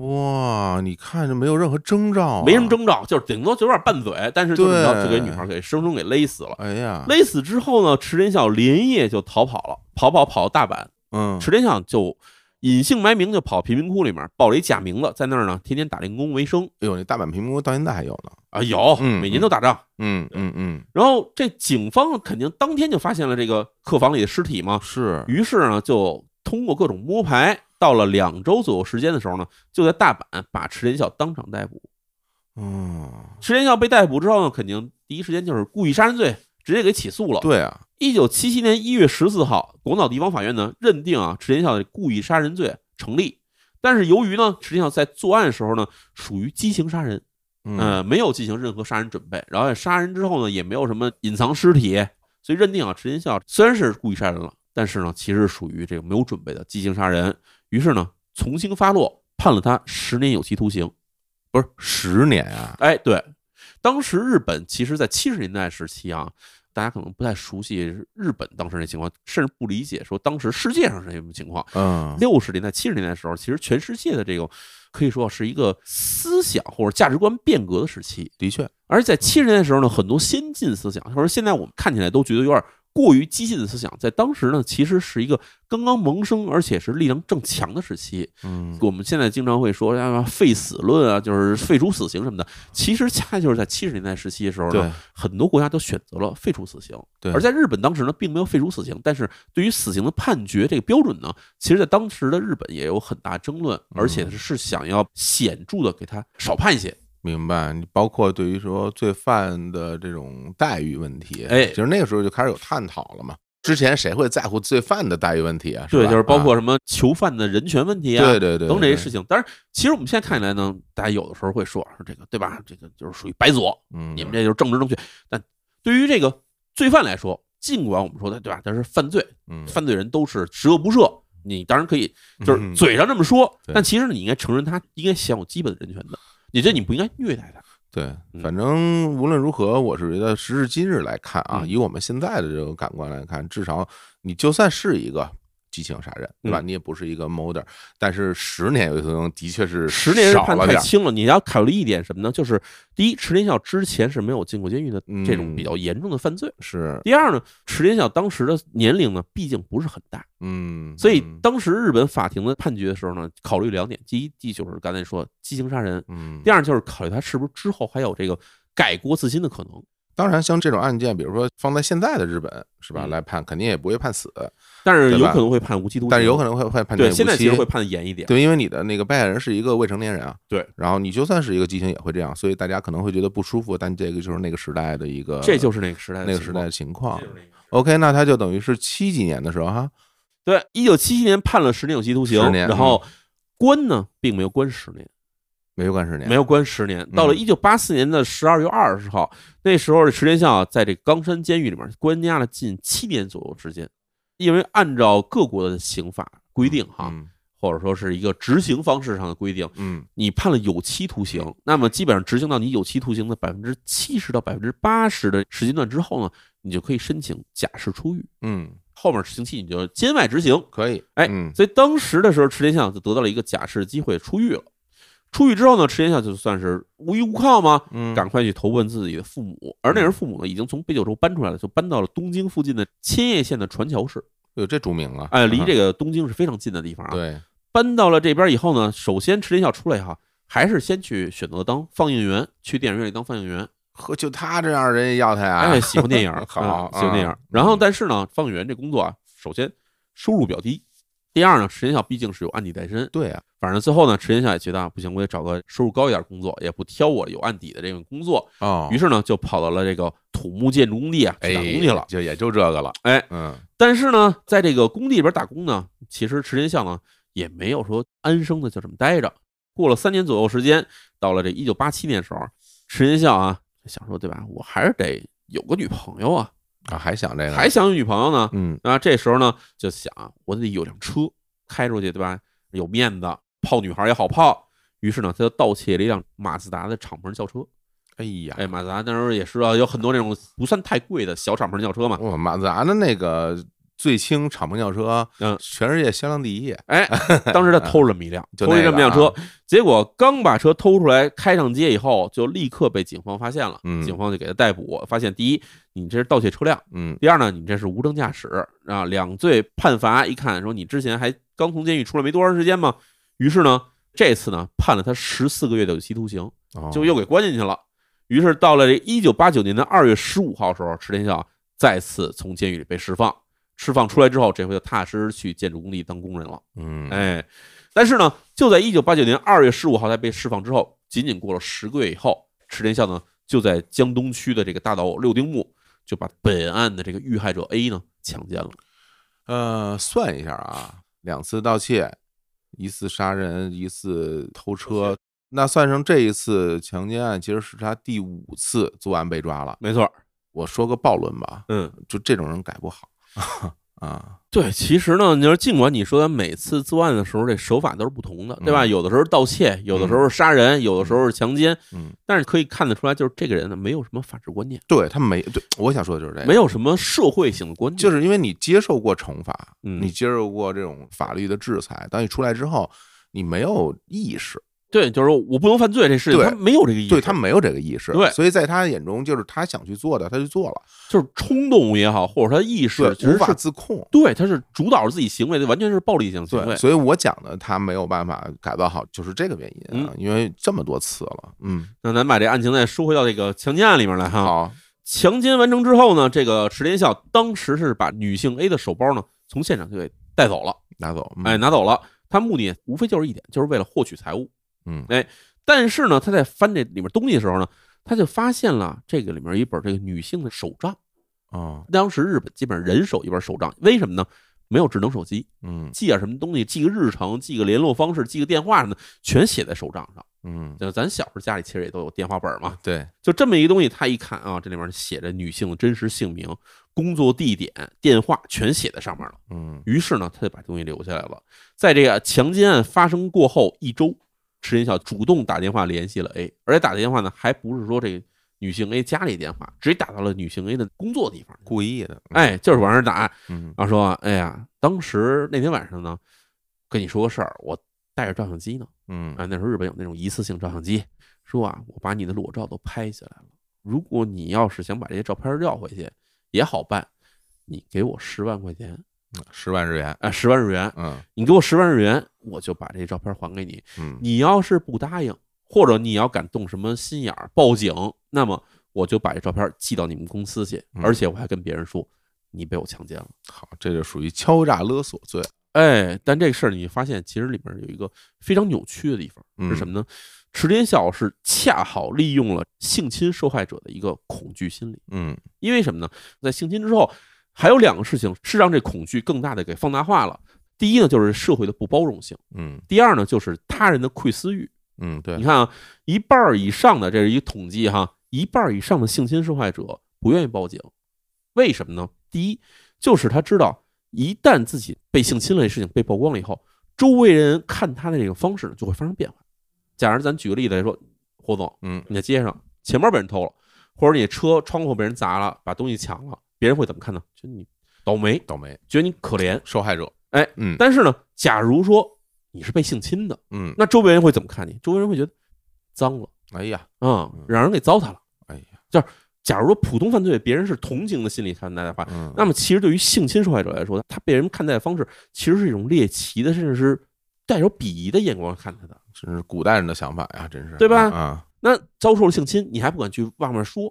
哇，你看这没有任何征兆、啊没什么，征兆，就是顶多就有点拌嘴，但是就这么着就给哦对女孩儿给生生给勒死了。哎呀，勒死之后呢，池田孝连夜就逃跑了，跑跑跑到大阪，嗯池田孝就隐姓埋名就跑贫民窟里面报了一假名字，在那儿呢天天打零工为生哎呦，那大阪贫民窟到现在还有呢。啊，有嗯每年都打仗。嗯嗯嗯，然后这警方肯定当天就发现了这个客房里的尸体嘛，是，于是呢就通过各种摸排，到了两周左右时间的时候呢，就在大阪把池田孝当场逮捕。嗯，池田孝被逮捕之后呢，肯定第一时间就是故意杀人罪，直接给起诉了。对啊，一九七七年一月十四号，广岛地方法院呢认定啊池田孝的故意杀人罪成立，但是由于呢池田孝在作案的时候呢属于激情杀人，嗯呃，没有进行任何杀人准备，然后杀人之后呢也没有什么隐藏尸体，所以认定啊池田孝虽然是故意杀人了，但是呢其实属于这个没有准备的激情杀人，于是呢从轻发落，判了他十年有期徒刑。不是十年啊，哎，对，当时日本其实在七十年代时期啊，大家可能不太熟悉日本当时那情况，甚至不理解说当时世界上是什么情况。嗯，六十年代、七十年代的时候，其实全世界的这个可以说是一个思想或者价值观变革的时期。的确，而在七十年代的时候呢，很多先进思想，或者现在我们看起来都觉得有点过于激进的思想，在当时呢，其实是一个刚刚萌生，而且是力量正强的时期。嗯我们现在经常会说啊废死论啊，就是废除死刑什么的。其实恰恰就是在七十年代时期的时候呢对，很多国家都选择了废除死刑。对而在日本当时呢，并没有废除死刑，但是对于死刑的判决这个标准呢，其实在当时的日本也有很大争论，嗯而且是想要显著的给他少判一些。明白。你包括对于说罪犯的这种待遇问题，哎其实那个时候就开始有探讨了嘛。之前谁会在乎罪犯的待遇问题啊？对，吧就是包括啊什么囚犯的人权问题啊，对对对等这些事情，情。但是其实我们现在看起来呢，大家有的时候会说说这个对吧？这个就是属于白左，嗯，你们这就是政治正确。但对于这个罪犯来说，尽管我们说他对吧，他是犯罪，嗯犯罪人都是十恶不赦，你当然可以，就是嗯嘴上这么说，对但其实你应该承认他应该享有基本人权的，你这你不应该虐待他。对，嗯反正无论如何，我是觉得时至今日来看啊，嗯以我们现在的这个感官来看，至少你就算是一个激情杀人，对吧？嗯你也不是一个 murder，但是十年有期徒刑的确是十年是少判了太点儿。轻了，你要考虑一点什么呢？就是第一，池田孝之前是没有进过监狱的嗯这种比较严重的犯罪。是，第二呢，池田孝当时的年龄呢，毕竟不是很大，嗯，所以嗯当时日本法庭的判决的时候呢，考虑两点：第一，第一就是刚才说激情杀人；嗯，第二就是考虑他是不是之后还有这个改过自新的可能。当然像这种案件，比如说放在现在的日本是吧，嗯来判肯定也不会判死，但是对有吧可能会判无期徒刑，但是有可能会会判对无现在其实期会判的严一点。对，因为你的那个被害人是一个未成年人啊，对，然后你就算是一个激情也会这样，所以大家可能会觉得不舒服，但这个就是那个时代的一个，这就是那个时代的那个情时代况的情况这。就是那个 OK，那他就等于是七几年的时候哈，对，一九七七年判了十年有期徒刑10，年嗯然后关呢并没有关十年，没有关十年，嗯没有关十年。到了一九八四年的十二月二十号，那时候池田孝在这个冈山监狱里面关押了近七年左右时间，因为按照各国的刑法规定哈，嗯或者说是一个执行方式上的规定，嗯你判了有期徒刑，那么基本上执行到你有期徒刑的百分之七十到百分之八十的时间段之后呢，你就可以申请假释出狱，嗯，后面刑期你就监外执行。可以，哎嗯所以当时的时候，池田向就得到了一个假释机会，出狱了。出狱之后呢，池田向就算是无依无靠嘛，嗯，赶快去投奔自己的父母。而那人父母呢，已经从北九州搬出来了，就搬到了东京附近的千叶县的船桥市，有这著名了，哎，离啊这个东京是非常近的地方啊。对，搬到了这边以后呢，首先池田孝出来哈，还是先去选择当放映员，去电影院里当放映员，呵，就他这样人也要他呀哎，，喜欢电 影，好啊嗯喜欢电影。然后但是呢，放映员这工作啊，首先收入比较低，第二呢，池田孝毕竟是有案底在身，对啊，反正最后呢，池田孝也觉得啊，不行，我得找个收入高一点的工作，也不挑我有案底的这种工作，哦，于是呢，就跑到了这个土木建筑工地啊去打工去了哎，。就也就这个了，哎，嗯但是呢，在这个工地里边打工呢，其实池田向呢也没有说安生的就这么待着。过了三年左右时间，到了这一九八七年的时候，池田向啊想说，对吧？我还是得有个女朋友啊，啊，还想这个，还想有女朋友呢。嗯那这时候呢，就想啊我得有辆车开出去，对吧？有面子，泡女孩也好泡。于是呢，他就盗窃了一辆马自达的敞篷轿车。哎呀，哎，马自达那时候也是啊，有很多那种不算太贵的小敞篷轿车嘛。我马自达的那个最轻敞篷轿车，嗯全世界销量第一， 哎，当时他偷了这么一辆，就偷了那这么个辆车啊，结果刚把车偷出来，开上街以后，就立刻被警方发现了。嗯警方就给他逮捕，发现第一，你这是盗窃车辆；嗯第二呢，你这是无证驾驶啊，两罪判罚。一看说你之前还刚从监狱出来没多长时间嘛，于是呢，这次呢判了他十四个月的有期徒刑，哦就又给关进去了。于是到了这一九八九年的二月十五号时候，池田孝再次从监狱里被释放。释放出来之后，这回就踏踏实实去建筑工地当工人了。嗯哎，但是呢，就在一九八九年二月十五号他被释放之后，仅仅过了十个月以后，池田孝呢就在江东区的这个大岛六丁目就把本案的这个遇害者 A 呢强奸了。呃，算一下啊，两次盗窃，一次杀人，一次偷车，那算上这一次强奸案，其实是他第五次作案被抓了。没错，我说个暴论吧，嗯，就这种人改不 好啊，对，其实呢，你说尽管你说他每次作案的时候这手法都是不同的，对吧？嗯有的时候盗窃，有的时候杀人，有的时候是强奸，嗯，但是可以看得出来，就是这个人呢没有什么法治观念，对他没对，我想说的就是这个，没有什么社会性的观念，就是是因为你接受过惩罚，嗯你接受过这种法律的制裁，当你出来之后，你没有意识，对，就是说我不能犯罪这事情，对他没有这个意识，对他没有这个意识，对所以在他眼中就是他想去做的，他就做了，就是冲动也好，或者说他意识对，其实无法是自控。对，他是主导着自己行为的，完全是暴力性行为对，。所以我讲的他没有办法改造好，就是这个原因啊，嗯因为这么多次了，嗯，那咱把这案情再说回到这个强奸案里面来哈。好，强奸完成之后呢，这个池田孝当时是把女性 A 的手包呢从现场就给带走了，拿走，嗯哎，，拿走了。他目的无非就是一点，就是为了获取财物。哎嗯但是呢，他在翻这里面东西的时候呢，他就发现了这个里面有一本这个女性的手账。哦，当时日本基本上人手一本手账，为什么呢？没有智能手机，嗯记点什么东西，记个日程，记个联络方式，记个电话什么的，全写在手账上。嗯，就咱小时候家里其实也都有电话本嘛，对，就这么一个东西，他一看啊，这里面写着女性的真实姓名、工作地点、电话全写在上面了。嗯于是呢，他就把东西留下来了。在这个强奸案发生过后一周，池田孝主动打电话联系了 A，而且打的电话呢，还不是说这个女性 A 家里电话，直接打到了女性 A 的工作地方。故意的，哎，就是往那儿打，嗯，然后说，哎呀，当时那天晚上呢，跟你说个事儿，我带着照相机呢，嗯啊，那时候日本有那种一次性照相机，说啊，我把你的裸照都拍下来了。如果你要是想把这些照片要回去，也好办，你给我十万块钱，嗯，十万日元，啊，十万日元，嗯你给我十万日元，我就把这些照片还给你。嗯你要是不答应，或者你要敢动什么心眼儿报警，那么我就把这照片寄到你们公司去，嗯而且我还跟别人说你被我强奸了。好，这就属于敲诈勒索罪，哎，但这个事儿你发现其实里面有一个非常扭曲的地方嗯是什么呢？池田孝是恰好利用了性侵受害者的一个恐惧心理，嗯因为什么呢？在性侵之后，还有两个事情是让这恐惧更大的给放大化了。第一呢，就是社会的不包容性；嗯第二呢，就是他人的窥私欲。嗯，对你，看啊，一半儿以上的，这是一个统计哈，一半儿以上的性侵受害者不愿意报警，为什么呢？第一，就是他知道一旦自己被性侵了这事情被曝光了以后，周围人看他的这个方式就会发生变化。假如咱举个例子来说，胡总，嗯你在街上钱包被人偷了，或者你车窗户被人砸了，把东西抢了，别人会怎么看呢？觉得你倒霉，倒霉，觉得你可怜。受害者，哎，嗯但是呢，假如说你是被性侵的，嗯，那周围人会怎么看你？周围人会觉得脏了。哎呀，啊嗯，让人给糟蹋了。哎呀，假如说普通犯罪，别人是同情的心理看待的话，嗯，那么其实对于性侵受害者来说，他被人看待的方式其实是一种猎奇的，甚至是带有鄙夷的眼光看他的。真是古代人的想法呀，真是，对吧啊，那遭受了性侵，你还不敢去外面说，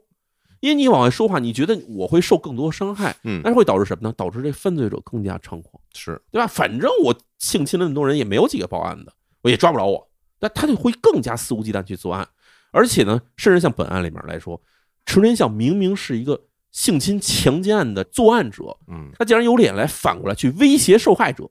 因为你往外说话，你觉得我会受更多伤害，嗯，但是会导致什么呢？导致这犯罪者更加猖狂，是，对吧？反正我性侵了那么多人，也没有几个报案的，我也抓不着我，那他就会更加肆无忌惮去作案。而且呢，甚至像本案里面来说，池田孝明明是一个性侵强奸案的作案者，嗯他竟然有脸来反过来去威胁受害者，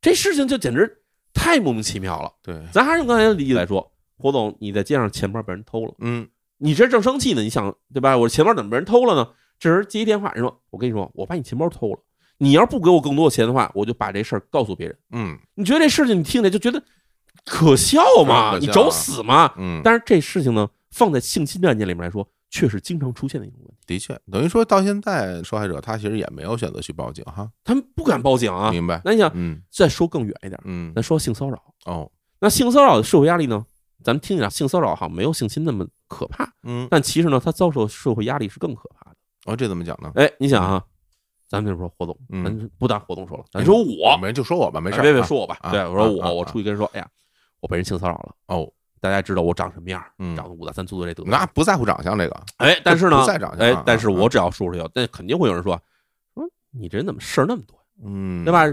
这事情就简直太莫名其妙了。对，咱还是用刚才的例子来说，胡总，你在街上钱包被人偷了，嗯你这正生气呢，你想对吧？我钱包怎么被人偷了呢？这人接一电话，人说：“我跟你说，我把你钱包偷了，你要是不给我更多的钱的话，我就把这事儿告诉别人。”嗯你觉得这事情你听着就觉得可笑吗？可笑啊你找死吗？嗯，但是这事情呢，放在性侵的案件里面来说，确实经常出现的一种问题。的确，等于说到现在，受害者他其实也没有选择去报警哈，他们不敢报警啊。明白？那你想，嗯再说更远一点，嗯咱说性骚扰。哦那性骚扰的社会压力呢？咱们听起来性骚扰好像没有性侵那么可怕，嗯但其实呢，他遭受社会压力是更可怕的。哦，这怎么讲呢？哎，你想啊，咱们就说活动，嗯哎咱就不当活动说了，咱说我，呃哎没人就说我吧，没事儿，别别啊说我吧，啊对，我说我，啊啊我出去跟人说，哎呀，我被人性骚扰了，哦，大家知道我长什么样儿，嗯长得五大三粗的这德行，那不在乎长相这个，哎，但是呢不再长，相哎啊，但是啊我只要说出去，那肯定会有人说，说你这人怎么事儿那么多呀？嗯，对吧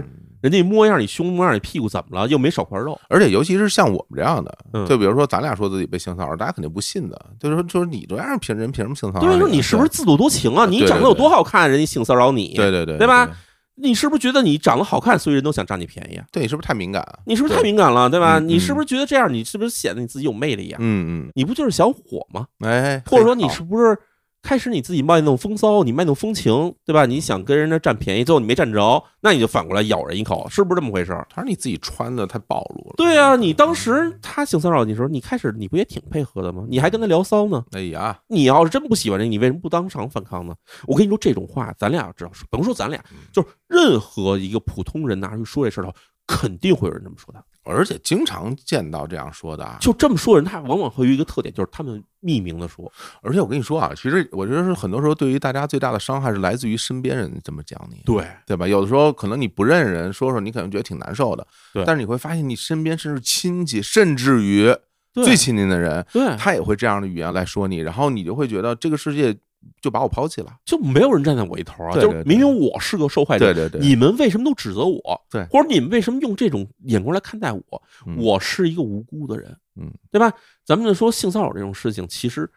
人家一摸一下你胸，摸一下你屁股，怎么了？又没少块肉，而且尤其是像我们这样的，嗯就比如说咱俩说自己被性骚扰，大家肯定不信的，就是说就是你这样凭人凭什么性骚扰？对吧？说你是不是？自作多情啊？对你对长得对有多好看，人家性骚扰你，对对对，对吧？你是不是觉得你长得好看，所以人都想占你便宜啊？对你是不是太敏感啊？你是不是太敏感了，对吧？嗯你是不是觉得这样，你是不是显得你自己有魅力啊呀？嗯你不就是想火吗？嗯，哎，或者说嘿你好是不是开始你自己卖弄风骚，你卖弄风情，对吧？你想跟人家占便宜，最后你没占着，那你就反过来咬人一口，是不是这么回事儿？嗯他说你自己穿的太暴露了。对呀、你当时他性骚扰你的时候，你开始你不也挺配合的吗？你还跟他聊骚呢。哎呀，你要是真不喜欢这，你为什么不当场反抗呢？我跟你说这种话，咱俩要知道说，甭说咱俩，就是任何一个普通人拿出说这事儿的话，肯定会有人这么说他。而且经常见到这样说的啊，就这么说的人，他往往会有一个特点，就是他们匿名的说。而且我跟你说啊，其实我觉得是很多时候对于大家最大的伤害是来自于身边人怎么讲你，对，对吧？有的时候可能你不认人，说说你可能觉得挺难受的，对但是你会发现你身边甚至亲戚，甚至于对嗯最亲近的人，对，他也会这样的语言来说你，然后你就会觉得这个世界就把我抛弃了。就没有人站在我一头啊！对就是对明明我是个受害者，对对对，你们为什么都指责我？对或者你们为什么用这种眼光来看待我？嗯我是一个无辜的人，嗯，对吧？咱们就说性骚扰这种事情，其实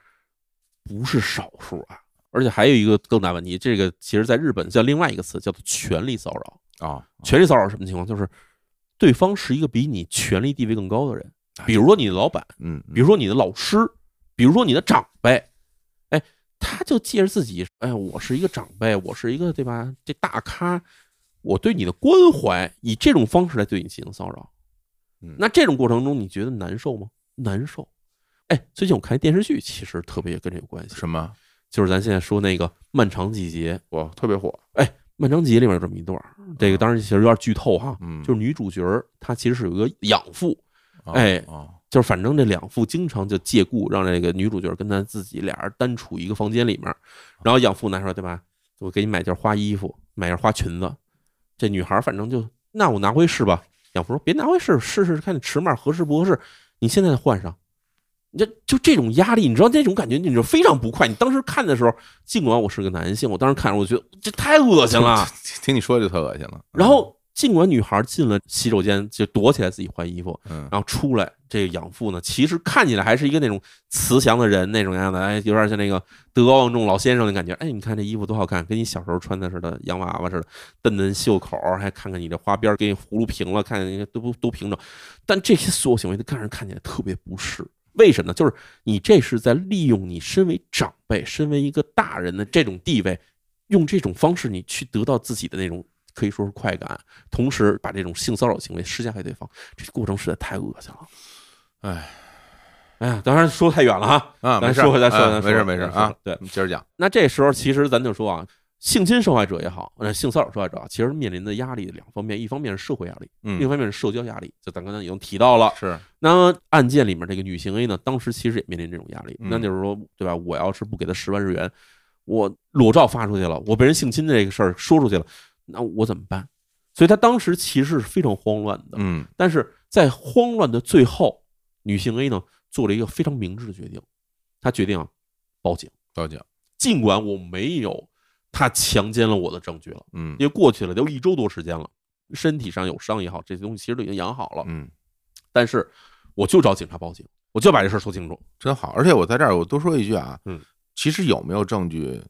不是少数啊，而且还有一个更大问题，这个其实在日本叫另外一个词，叫做权力骚扰。啊权力骚扰是什么情况？就是对方是一个比你权力地位更高的人，比如说你的老板，嗯，比如说你的老师，比如说你的长辈，哎，他就借着自己，哎，我是一个长辈，我是一个对吧？这大咖，我对你的关怀，以这种方式来对你进行骚扰，嗯那这种过程中你觉得难受吗？难受。哎，最近我看一电视剧，其实特别也跟这有关系，什么？就是咱现在说那个《漫长季节》，《我特别火，漫长季节》里面有这么一段儿，这个当然其实有点剧透哈，啊嗯，就是女主角儿她其实是有一个养父，哦哎哦，就是反正这两父经常就借故让这个女主角跟她自己俩人单处一个房间里面，然后养父拿出来，对吧？我给你买件花衣服，买件花裙子。这女孩反正就那我拿回试吧。养父说别拿回试，试试看你尺码合适不合适，你现在换上。你这就这种压力，你知道那种感觉，你就非常不快。你当时看的时候，尽管我是个男性，我当时看我觉得这太恶心了。啊 听你说就特恶心了。然后尽管女孩进了洗手间就躲起来自己换衣服，嗯，然后出来，这个养父呢，其实看起来还是一个那种慈祥的人那种样子，哎，有点像那个德高望重老先生的感觉。哎，你看这衣服多好看，跟你小时候穿的似的，洋娃娃似的，蹬蹬袖口，还看看你这花边儿给你葫芦平了，看看都不都平整。但这些所有行为，让人看起来特别不适。为什么呢？就是你这是在利用你身为长辈、身为一个大人的这种地位，用这种方式你去得到自己的那种可以说是快感，同时把这种性骚扰行为施加给对方，这个过程实在太恶心了。哎，哎呀，当然说太远了哈，啊，没咱事，说回来，说哎没咱说事回没事咱说啊，对，接着讲。那这时候其实咱就说啊，性侵受害者也好，呃，性骚扰受害者啊，其实面临的压力两方面，一方面是社会压力，另一嗯，方面是社交压力，就咱刚才已经提到了。是，那么案件里面这个女行 A 呢，当时其实也面临这种压力，嗯那就是说，对吧？我要是不给她十万日元，我裸照发出去了，我被人性侵这个事儿说出去了，那我怎么办？所以她当时其实是非常慌乱的，嗯但是在慌乱的最后，女性 A 呢做了一个非常明智的决定，她决定啊报警，报警，尽管我没有她强奸了我的证据了，嗯因为过去了都一周多时间了，身体上有伤也好，这些东西其实都已经养好了，嗯，但是我就找警察报警，我就把这事儿说清楚。真好。而且我在这儿，我多说一句啊，嗯，其实有没有证据，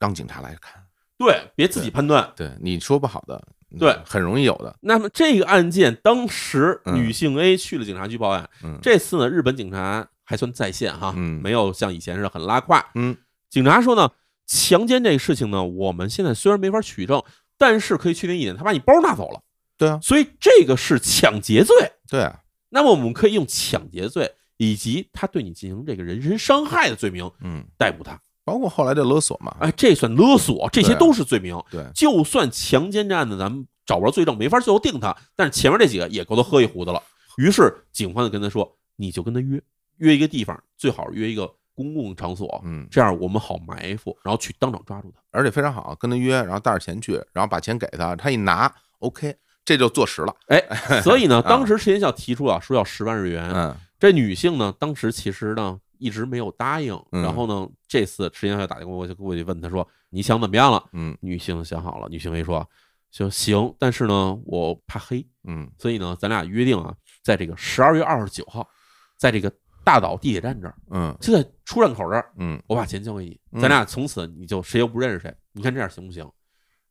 让警察来看。对，别自己判断。对，你说不好的，对嗯很容易有的。那么这个案件，当时嗯女性 A 去了警察局报案。嗯，这次呢，日本警察还算在线哈，嗯没有像以前似的很拉胯。嗯警察说呢，强奸这个事情呢，我们现在虽然没法取证，但是可以确定一点，他把你包拿走了，对啊，所以这个是抢劫罪。对啊，那么我们可以用抢劫罪以及他对你进行这个人身伤害的罪名嗯，逮捕他。包括后来的勒索嘛，哎，这算勒索，这些都是罪名。对，就算强奸这案子咱们找不着罪证，没法最后定他，但是前面这几个也够他喝一壶的了。于是警方就跟他说，你就跟他约约一个地方，最好约一个公共场所，嗯，这样我们好埋伏，然后去当场抓住他。而且非常好，跟他约，然后带着钱去，然后把钱给他，他一拿，OK，这就坐实了。哎，所 以呢，当时石田孝提出啊，说要十万日元。啊嗯这女性呢，当时其实呢一直没有答应。嗯然后呢，这次石田孝打电话过去过去问她说：“你想怎么样了嗯？”女性想好了，女性 A 说：“就行，但是呢，我怕黑，嗯，所以呢，咱俩约定啊，在这个十二月二十九号，在这个大岛地铁站这儿，嗯就在出站口这儿，嗯我把钱交给你，嗯咱俩从此你就谁也不认识谁，你看这样行不行？”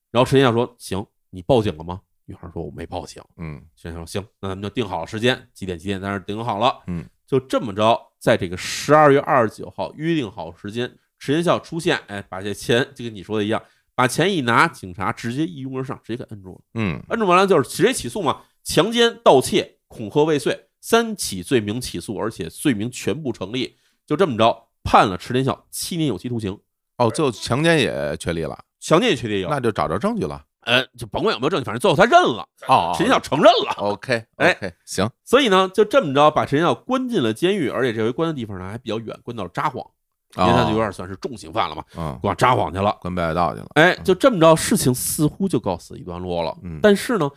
然后石田孝说：“行，你报警了吗？”女孩说：“我没报警。”嗯先生说行，那咱们就定好了时间，几点几点在那儿定好了。嗯，就这么着，在这个十二月二十九号约定好时间，池田孝出现，哎，把这钱就跟你说的一样，把钱一拿，警察直接一拥而上，直接给摁住了。嗯摁住完了就是直接起诉嘛，强奸、盗窃、恐吓未遂三起罪名起诉，而且罪名全部成立。就这么着，判了池田孝七年有期徒刑，哦，最后强奸也确立了，强奸也确定有，那就找着证据了。呃，就甭管有没有证据，反正最后他认了，哦池田孝承认了。 ，OK，哎 OK，行，所以呢，就这么着把陈耀关进了监狱，而且这回关的地方呢还比较远，关到了札幌，哦因为他就有点算是重刑犯了嘛，嗯，关札幌去了。关北海道去了。哎，就这么着，事情似乎就告此一段落了。嗯但是呢，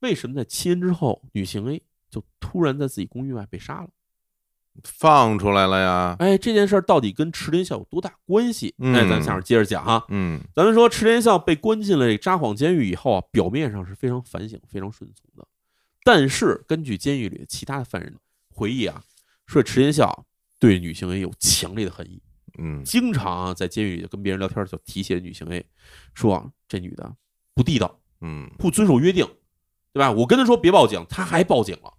为什么在七年之后，女性 A 就突然在自己公寓外被杀了？放出来了呀。哎，这件事儿到底跟池田孝有多大关系？嗯哎，咱们下面接着讲哈。嗯咱们说池田孝被关进了这札幌监狱以后啊，表面上是非常反省、非常顺从的，但是根据监狱里的其他的犯人回忆啊，说池田孝对女性 A 有强烈的恨意，嗯经常啊在监狱里就跟别人聊天就提起了女性 A，说啊这女的不地道，嗯不遵守约定，对吧？我跟她说别报警，她还报警了。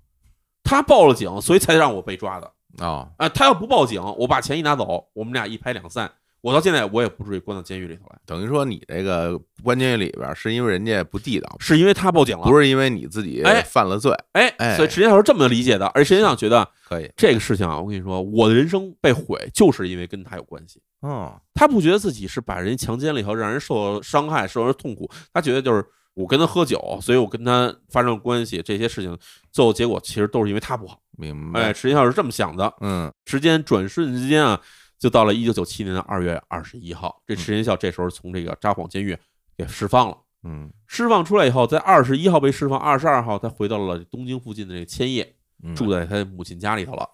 他报了警，所以才让我被抓的啊啊、他要不报警，我把钱一拿走，我们俩一拍两散。我到现在我也不至于关到监狱里头来，等于说你这个关监狱里边儿是因为人家不地道，是因为他报警了。不是因为你自己哎犯了罪，哎，哎所以池田小是这么理解的，而池田想觉得可以。这个事情啊，我跟你说，我的人生被毁就是因为跟他有关系。哦，他不觉得自己是把人强奸了以后让人受到伤害、受到痛苦，他觉得就是我跟他喝酒，所以我跟他发生了关系，这些事情最后结果其实都是因为他不好。明白。哎，池田小是这么想的。嗯，时间转瞬之间啊，就到了一九九七年的二月二十一号，这池田孝这时候从这个札幌监狱给释放了。嗯释放出来以后，在二十一号被释放，二十二号他回到了东京附近的这个千叶，嗯，住在他母亲家里头了。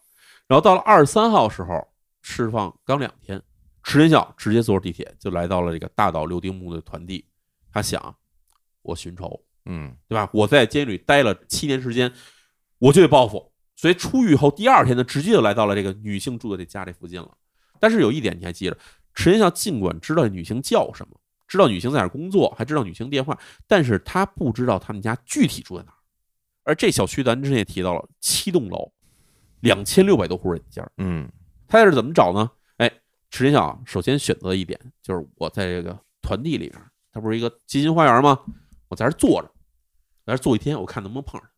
然后到了二十三号时候，释放刚两天，池田孝直接坐着地铁就来到了这个大岛六丁目的团地。他想，我寻仇，嗯对吧？我在监狱里待了七年时间，我就得报复。所以出狱后第二天呢，直接就来到了这个女性住的这家这附近了。但是有一点你还记着，池田孝尽管知道女性叫什么，知道女性在哪儿工作，还知道女性电话，但是他不知道他们家具体住在哪儿。而这小区咱之前也提到了，七栋楼，两千六百多户人家，嗯他在这怎么找呢？哎，池田小首先选择的一点就是我在这个团地里边，它不是一个基金花园吗？我在这儿坐着，在这儿坐一天，我看能不能碰上他。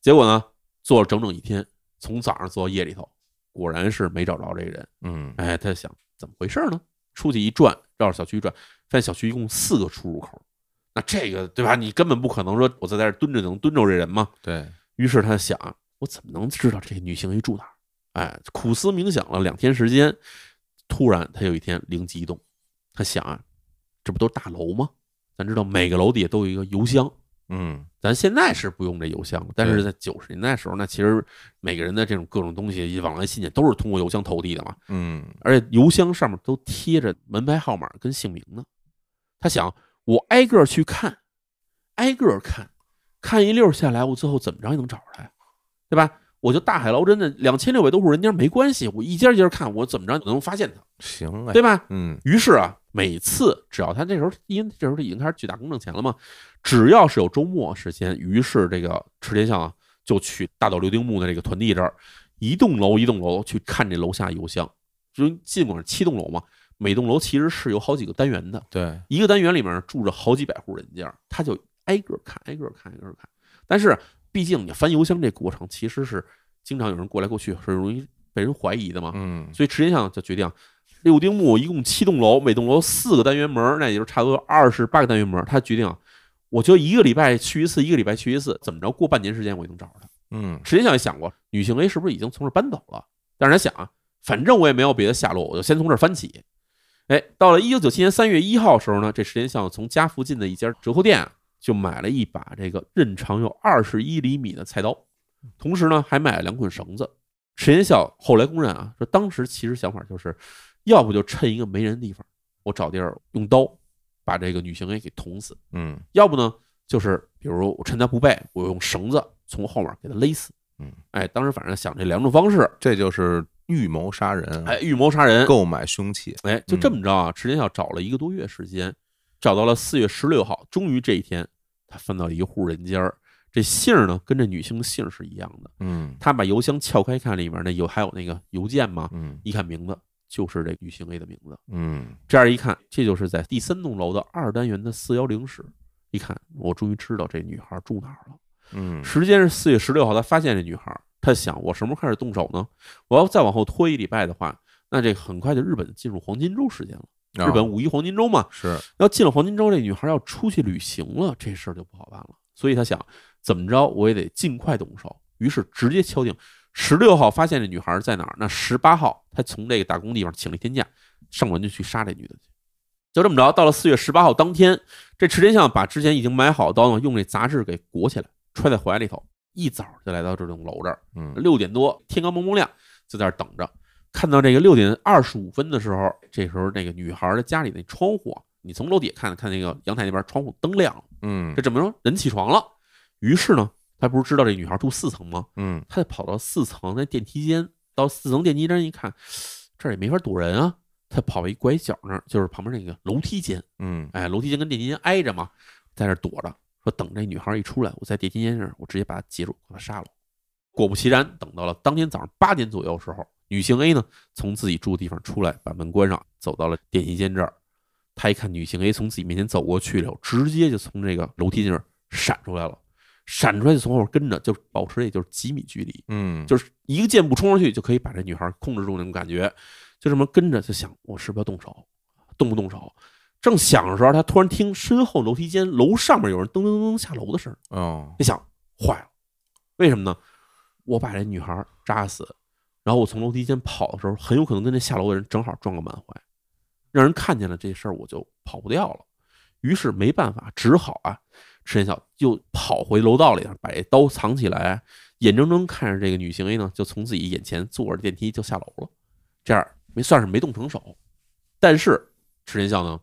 结果呢，坐了整整一天，从早上坐到夜里头，果然是没找着这人。嗯哎，他想怎么回事呢？出去一转，绕着小区一转，发现小区一共四个出入口。那这个对吧？你根本不可能说我在这儿蹲着能蹲着这人嘛。对，于是他想，我怎么能知道这女性一住哪儿？哎，苦思冥想了两天时间，突然他有一天灵机一动，他想啊，这不都是大楼吗？咱知道每个楼底下都有一个邮箱，嗯咱现在是不用这邮箱了，但是在九十年代时候，那其实每个人的这种各种东西往来信件都是通过邮箱投递的嘛，嗯而且邮箱上面都贴着门牌号码跟姓名呢。他想，我挨个儿去看，挨个儿看，看一溜儿下来，我最后怎么着也能找出来，对吧？我就大海捞针的两千六百多户人家没关系，我一家一家看，我怎么着也能发现他，行哎，对吧？嗯于是啊，每次只要他这时候，因为这时候他已经开始去打工挣钱了嘛，只要是有周末时间，于是这个池田向啊就去大岛六丁目的这个团地这儿，一栋楼一栋楼去看这楼下邮箱，就尽管是七栋楼嘛，每栋楼其实是有好几个单元的，对，一个单元里面住着好几百户人家，他就挨个看，挨个看，挨个看。但是毕竟你翻邮箱这过程其实是经常有人过来过去，是容易被人怀疑的嘛，嗯所以池田向就决定，六丁目一共七栋楼，每栋楼四个单元门儿，那也就是差不多二十八个单元门儿。他决定，我就一个礼拜去一次，一个礼拜去一次，怎么着过半年时间我就能找着他。嗯池田向也想过，女性 A 是不是已经从这儿搬走了？但是他想啊，反正我也没有别的下落，我就先从这儿翻起。哎，到了一九九七年三月一号的时候呢，这池田向从家附近的一家折扣店啊就买了一把这个刃长有二十一厘米的菜刀，同时呢还买了两捆绳子。池田孝后来公认啊，说当时其实想法就是，要不就趁一个没人的地方，我找地儿用刀把这个女性 A 给捅死；嗯要不呢，就是比如我趁她不备，我用绳子从后面给她勒死。嗯，哎，当时反正想这两种方式，这就是预谋杀人，哎，预谋杀人，购买凶器，哎，就这么着啊，池田孝找了一个多月时间，找到了四月十六号，终于这一天，他翻到一户人家儿，这姓儿呢跟这女性的姓儿是一样的。嗯他把邮箱撬开看，里面那有还有那个邮件嘛，嗯一看名字就是这女性 A 的名字。嗯这样一看，这就是在第三栋楼的二单元的四幺零室。一看，我终于知道这女孩住哪儿了。嗯时间是四月十六号，他发现这女孩。他想，我什么时候开始动手呢？我要再往后拖一礼拜的话，那这很快就日本进入黄金周时间了。啊日本五一黄金周嘛，是要进了黄金周，这女孩要出去旅行了，这事儿就不好办了。所以他想，怎么着我也得尽快动手。于是直接敲定，十六号发现这女孩在哪儿，那十八号他从这个打工地方请了一天假，上门就去杀这女的去。就这么着，到了四月十八号当天，这池田相把之前已经买好的刀呢，用这杂志给裹起来，揣在怀里头，一早就来到这栋楼这儿。嗯六点多，天刚蒙蒙亮，就在那儿等着。看到这个六点二十五分的时候，这时候那个女孩的家里那窗户啊，你从楼底下看看那个阳台那边窗户灯亮了，嗯这证明说人起床了。于是呢，他不是知道这女孩住四层吗？嗯他就跑到四层那电梯间，到四层电梯间一看，这儿也没法躲人啊。他跑一拐角那儿，就是旁边那个楼梯间，嗯哎，楼梯间跟电梯间挨着嘛，在那儿躲着，说等这女孩一出来，我在电梯间那儿，我直接把她截住，把她杀了。果不其然，等到了当天早上八点左右的时候，女性 A 呢从自己住的地方出来，把门关上，走到了电梯间这儿。她一看女性 A 从自己面前走过去了，直接就从这个楼梯那儿闪出来了，闪出来就从后跟着，就保持也就是几米距离，嗯，就是一个箭步冲上去就可以把这女孩控制住那种感觉，就这么跟着就想我是不是要动手，动不动手？正想的时候，她突然听身后楼梯间楼上面有人噔噔噔噔下楼的声儿。哦，一想坏了，为什么呢？我把这女孩扎死，然后我从楼梯间跑的时候，很有可能跟那下楼的人正好撞个满怀，让人看见了这事儿，我就跑不掉了。于是没办法，只好啊，陈小又跑回楼道里，把这刀藏起来，眼睁睁看着这个女行 A 呢，就从自己眼前坐着电梯就下楼了。这样没算是没动成手，但是池田孝呢，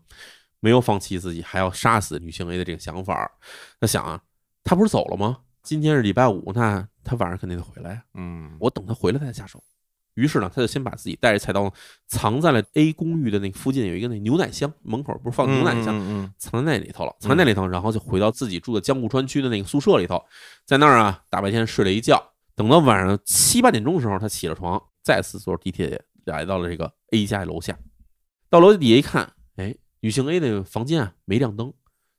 没有放弃自己还要杀死女性 A 的这个想法儿。他想啊，他不是走了吗？今天是礼拜五，那他晚上肯定得回来呀、嗯，我等他回来再下手。于是呢，他就先把自己带着菜刀呢藏在了 A 公寓的那个附近有一个那牛奶箱门口，不是放牛奶箱，嗯，嗯藏在那里头了，藏在那里头，然后就回到自己住的江户川区的那个宿舍里头，在那儿啊大白天睡了一觉，等到晚上七八点钟的时候，他起了床，再次坐地铁来到了这个 A 家楼下，到楼底下一看，哎，女性 A 的房间啊没亮灯，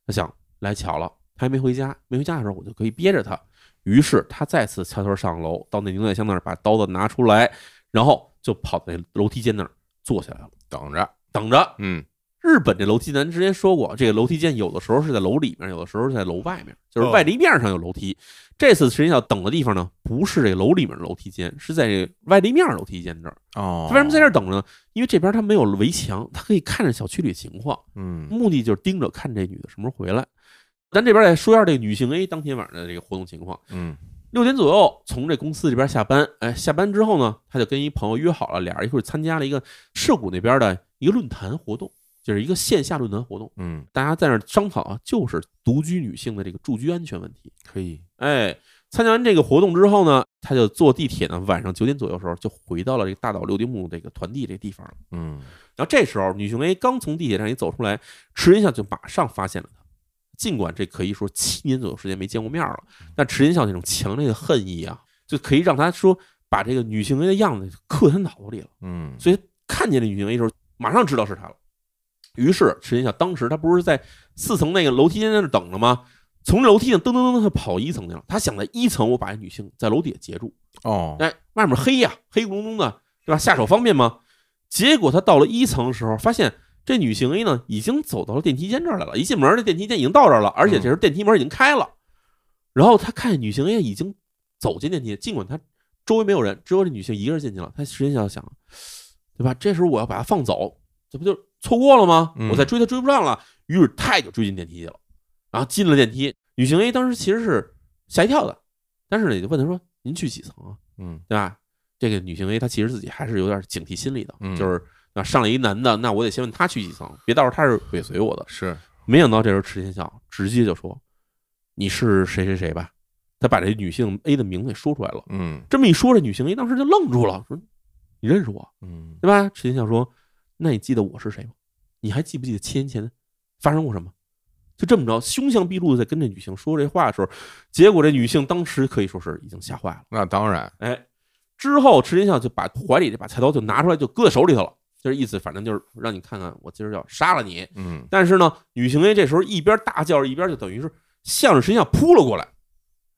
他想来巧了，她还没回家，没回家的时候我就可以憋着她，于是他再次悄悄上楼，到那牛奶箱那儿把刀子拿出来，然后就跑到那楼梯间那儿坐下来了，等着，等着。嗯，日本这楼梯，咱之前说过，这个楼梯间有的时候是在楼里面，有的时候是在楼外面，哦就是外立面上有楼梯。这次实际上等的地方呢，不是这个楼里面的楼梯间，是在这外立面楼梯间这儿。哦他，为什么在这儿等着呢？因为这边他没有围墙，他可以看着小区里的情况，嗯，目的就是盯着看这女的什么时候回来。咱这边再说一下这个女性 A 当天晚上的这个活动情况。嗯，六点左右从这公司这边下班，哎，下班之后呢，他就跟一朋友约好了，俩人一块儿参加了一个涉谷那边的一个论坛活动，就是一个线下论坛活动，嗯，大家在那儿商讨啊，就是独居女性的这个住居安全问题。可以，哎，参加完这个活动之后呢，他就坐地铁呢，晚上九点左右的时候就回到了这个大岛六丁目这个团地这地方了。嗯，然后这时候，女熊 A 刚从地铁站里走出来，池田孝就马上发现了她。尽管这可以说七年左右时间没见过面了，但池田孝那种强烈的恨意啊，就可以让他说把这个女性 A 的样子刻他脑子里了。嗯，所以看见这女性 A 的时候，马上知道是她了。于是池田孝当时他不是在四层那个楼梯间在那等着吗？从这楼梯上噔噔噔，他跑一层去了。他想在一层我把这女性在楼底下截住，哦，哎，外面黑呀、黑咕隆咚的，对吧？下手方便吗？结果他到了一层的时候，发现这女性 A 呢已经走到了电梯间这儿来了，一进门这电梯间已经到这儿了，嗯而且这时候电梯门已经开了。然后他看见女性 A 已经走进电梯，尽管她周围没有人，只有这女性一个人进去了，他时间想想，对吧？这时候我要把她放走，这不就错过了吗？嗯我再追她追不上了，于是他也就追进电梯去了。然后进了电梯，女性 A 当时其实是吓一跳的，但是呢也就问他说：“您去几层啊？”嗯，对吧？这个女性 A 她其实自己还是有点警惕心理的，嗯就是那上来一男的，那我得先问他去几层，别到时候他是尾随我的。是，没想到这时候池田笑直接就说：“你是谁谁谁吧？”他把这女性 A 的名字给说出来了。嗯，这么一说，这女性 A 当时就愣住了，说：“你认识我，嗯，对吧？”池田笑说：“那你记得我是谁吗？你还记不记得七年前发生过什么？”就这么着，凶相毕露的在跟这女性说这话的时候，结果这女性当时可以说是已经吓坏了。那当然，哎，之后池田孝就把怀里这把菜刀就拿出来，就搁在手里头了，就是意思，反正就是让你看看，我今儿要杀了你。嗯，但是呢，女行 A 这时候一边大叫着，一边就等于是向着池田孝扑了过来，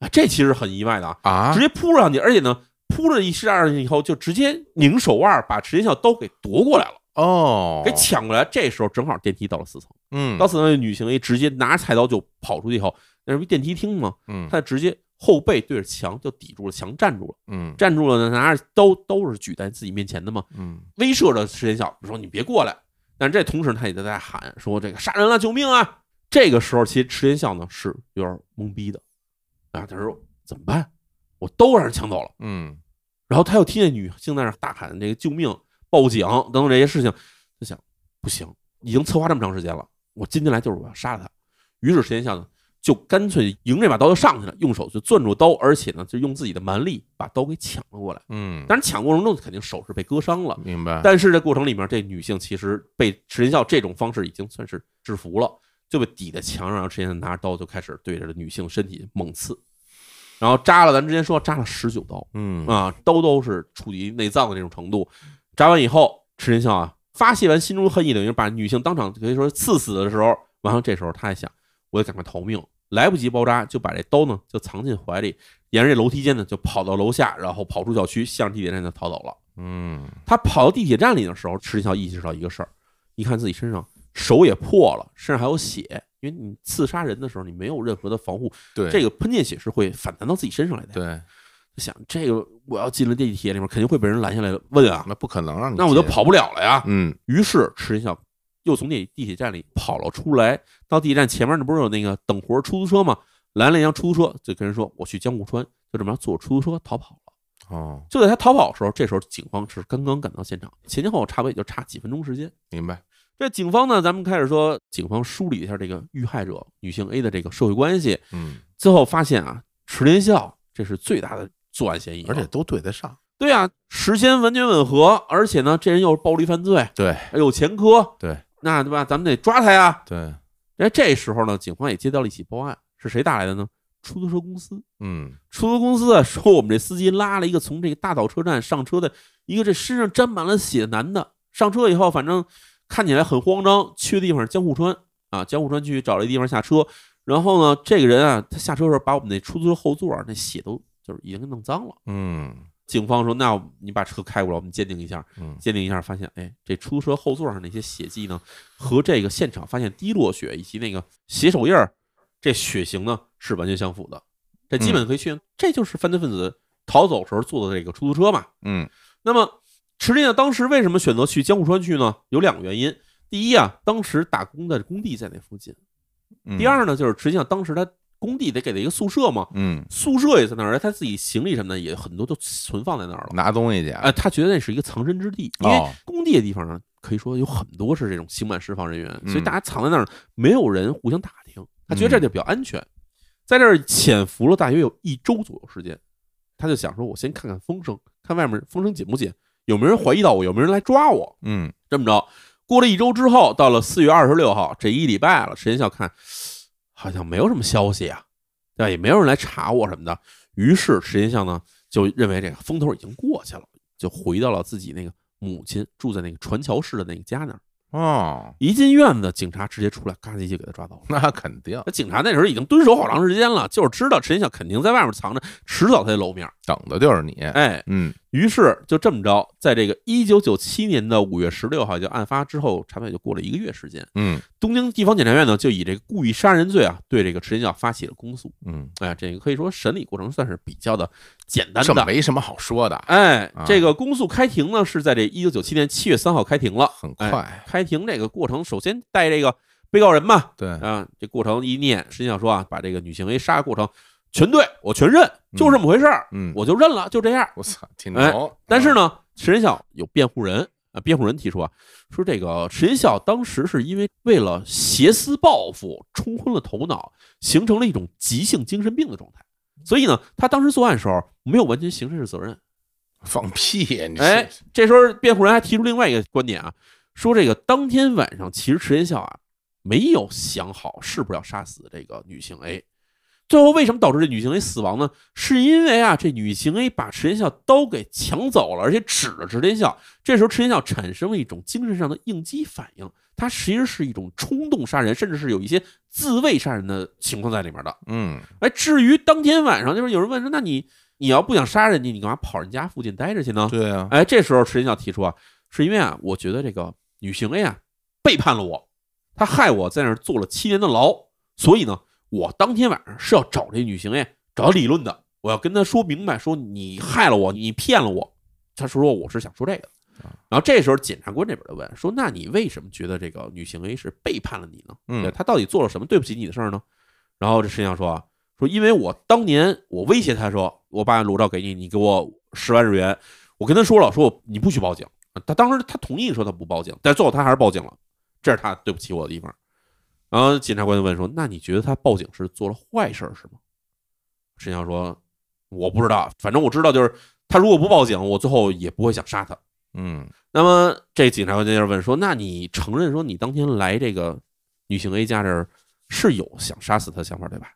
啊，这其实很意外的啊，啊直，接扑了上去，而且呢，扑了一下去以后，就直接拧手腕把池田孝刀给夺过来了，哦，给抢过来。这时候正好电梯到了四层，嗯到，四层，女行 A 直接拿着菜刀就跑出去以后，那是不电梯厅嘛，嗯，她直接后背对着墙就抵住了墙，站住了。嗯，站住了呢，拿着刀都是举在自己面前的嘛，嗯，威慑着石田笑说：“你别过来。”但是这同时他也在那喊说：“这个杀人了，救命啊！”这个时候，其实池田笑呢是有点懵逼的啊，他说：“怎么办？我都让人抢走了。嗯，”然后他又听见女性在那大喊这个救命、报警等等这些事情，就想不行，已经策划这么长时间了，我今天来就是我要杀了他。于是石田笑呢就干脆迎这把刀就上去了，用手就攥住刀，而且呢就用自己的蛮力把刀给抢了过来。嗯，当然抢过程中肯定手是被割伤了，明白，但是这过程里面，这女性其实被池田孝这种方式已经算是制服了，就被抵在墙上，然后池田孝拿着刀就开始对着这女性身体猛刺。然后扎了，咱之前说扎了十九刀嗯啊，刀刀是触及内脏的那种程度。扎完以后，池田孝啊发泄完心中恨意，等于是把女性当场可以说是刺死的时候，完了这时候他还想，我得赶快逃命，来不及包扎，就把这刀呢就藏进怀里，沿着这楼梯间呢就跑到楼下，然后跑出小区，向地铁站就逃走了。嗯他跑到地铁站里的时候，池田孝意识到一个事儿，一看自己身上手也破了，身上还有血，因为你刺杀人的时候你没有任何的防护，对这个喷溅血是会反弹到自己身上来的。对，想这个我要进了地铁里面，肯定会被人拦下来问啊，那不可能让你那我就接，跑不了了呀。嗯于是池田孝又从那地铁站里跑了出来，到地铁站前面那不是有那个等活儿出租车吗？拦了一辆出租车，就跟人说我去江户川，就这么着坐出租车逃跑了。哦，就在他逃跑的时候，这时候警方是刚刚赶到现场，前前后后差不多也就差几分钟时间。明白，这警方呢，咱们开始说，警方梳理一下这个遇害者女性 A 的这个社会关系，嗯，最后发现啊，池田孝这是最大的作案嫌疑人，啊而且都对得上，对啊，时间完全吻合，而且呢，这人又是暴力犯罪，对有前科，对，那对吧？咱们得抓他呀。对，哎，这时候呢，警方也接到了一起报案，是谁打来的呢？出租车公司。嗯出租公司啊，说我们这司机拉了一个从这个大岛车站上车的一个这身上沾满了血的男的，上车以后反正看起来很慌张，去的地方是江户川啊，江户川去找了一地方下车，然后呢，这个人啊，他下车的时候把我们那出租车后座啊那血都就是已经给弄脏了。嗯警方说：“那你把车开过来，我们鉴定一下。嗯鉴定一下，发现，哎，这出租车后座上那些血迹呢，和这个现场发现滴落血以及那个血手印儿，这血型呢是完全相符的。这基本可以确定，这就是犯罪分子逃走时候坐的这个出租车嘛。嗯那么，池田呢，当时为什么选择去江户川去呢？有两个原因。第一啊，当时打工的工地在那附近；嗯，第，二呢，就是实际上当时他工地得给他一个宿舍嘛，嗯，宿舍也在那儿，而他自己行李什么的也很多都存放在那儿了。”拿东西去，呃，他觉得那是一个藏身之地，因为哦，工地的地方呢，可以说有很多是这种刑满释放人员，所以嗯大家藏在那儿，没有人互相打听，他觉得这地儿比较安全，在这儿潜伏了大约有一周左右时间，他就想说，我先看看风声，看外面风声紧不紧，有没有人怀疑到我，有没有人来抓我，嗯这么着。过了一周之后，到了四月二十六号，这一礼拜了，陈田笑看，好像没有什么消息啊，对吧？也没有人来查我什么的。于是池田孝呢就认为这个风头已经过去了，就回到了自己那个母亲住在那个船桥市的那个家那儿。哦，一进院子，警察直接出来，嘎叽就给他抓到了。那肯定那警察那时候已经蹲守好长时间了，就是知道池田孝肯定在外面藏着，迟早他得露面儿。等的就是你，哎，嗯于是就这么着，在这个一九九七年的五月十六号，也就案发之后，差不多也就过了一个月时间。嗯东京地方检察院呢，就以这个故意杀人罪啊，对这个池田孝发起了公诉。嗯，哎，这个可以说审理过程算是比较的简单这的。没什么好说的，哎啊，这个公诉开庭呢是在这一九九七年七月三号开庭了。很哎快，开庭这个过程，首先带这个被告人嘛，对，啊，这过程一念，实际上说啊，把这个女性 A 杀的过程全对我全认，就这么回事儿，嗯，我就认了，就这样。我操，挺哎牛，但是呢，池田孝有辩护人啊，辩护人提出啊，说这个池田孝当时是因为为了挟私报复，冲昏了头脑，形成了一种急性精神病的状态，所以呢，他当时作案的时候没有完全刑事责任。嗯放屁，你哎是，这时候辩护人还提出另外一个观点啊，说这个当天晚上其实池田孝啊没有想好是不是要杀死这个女性 A。最后为什么导致这女性 A 死亡呢？是因为啊，这女性 A 把池田孝刀给抢走了，而且指着池田孝。这时候池田孝产生了一种精神上的应激反应，他其实是一种冲动杀人，甚至是有一些自卫杀人的情况在里面的。嗯哎，至于当天晚上，就是有人问说，那你你要不想杀人家，你干嘛跑人家附近待着去呢？对啊，哎，这时候池田孝提出啊，是因为啊，我觉得这个女性 A 啊背叛了我，她害我在那儿坐了七年的牢，所以呢，我当天晚上是要找这女性 A 找她理论的，我要跟她说明白，说你害了我，你骗了我。他说说我是想说这个的。然后这时候检察官这边就问说，那你为什么觉得这个女性 A 是背叛了你呢？对嗯他到底做了什么对不起你的事儿呢？然后这石井说啊，说因为我当年我威胁他说，我把裸照给你，你给我十万日元。我跟他说了，说我你不许报警。他当时他同意说他不报警，但最后他还是报警了，这是他对不起我的地方。然后检察官就问说，那你觉得他报警是做了坏事儿是吗？石井说，我不知道，反正我知道就是他如果不报警，我最后也不会想杀他。嗯那么这警察官接着问说：“那你承认说你当天来这个女性 A 家这儿是有想杀死她的想法对吧？”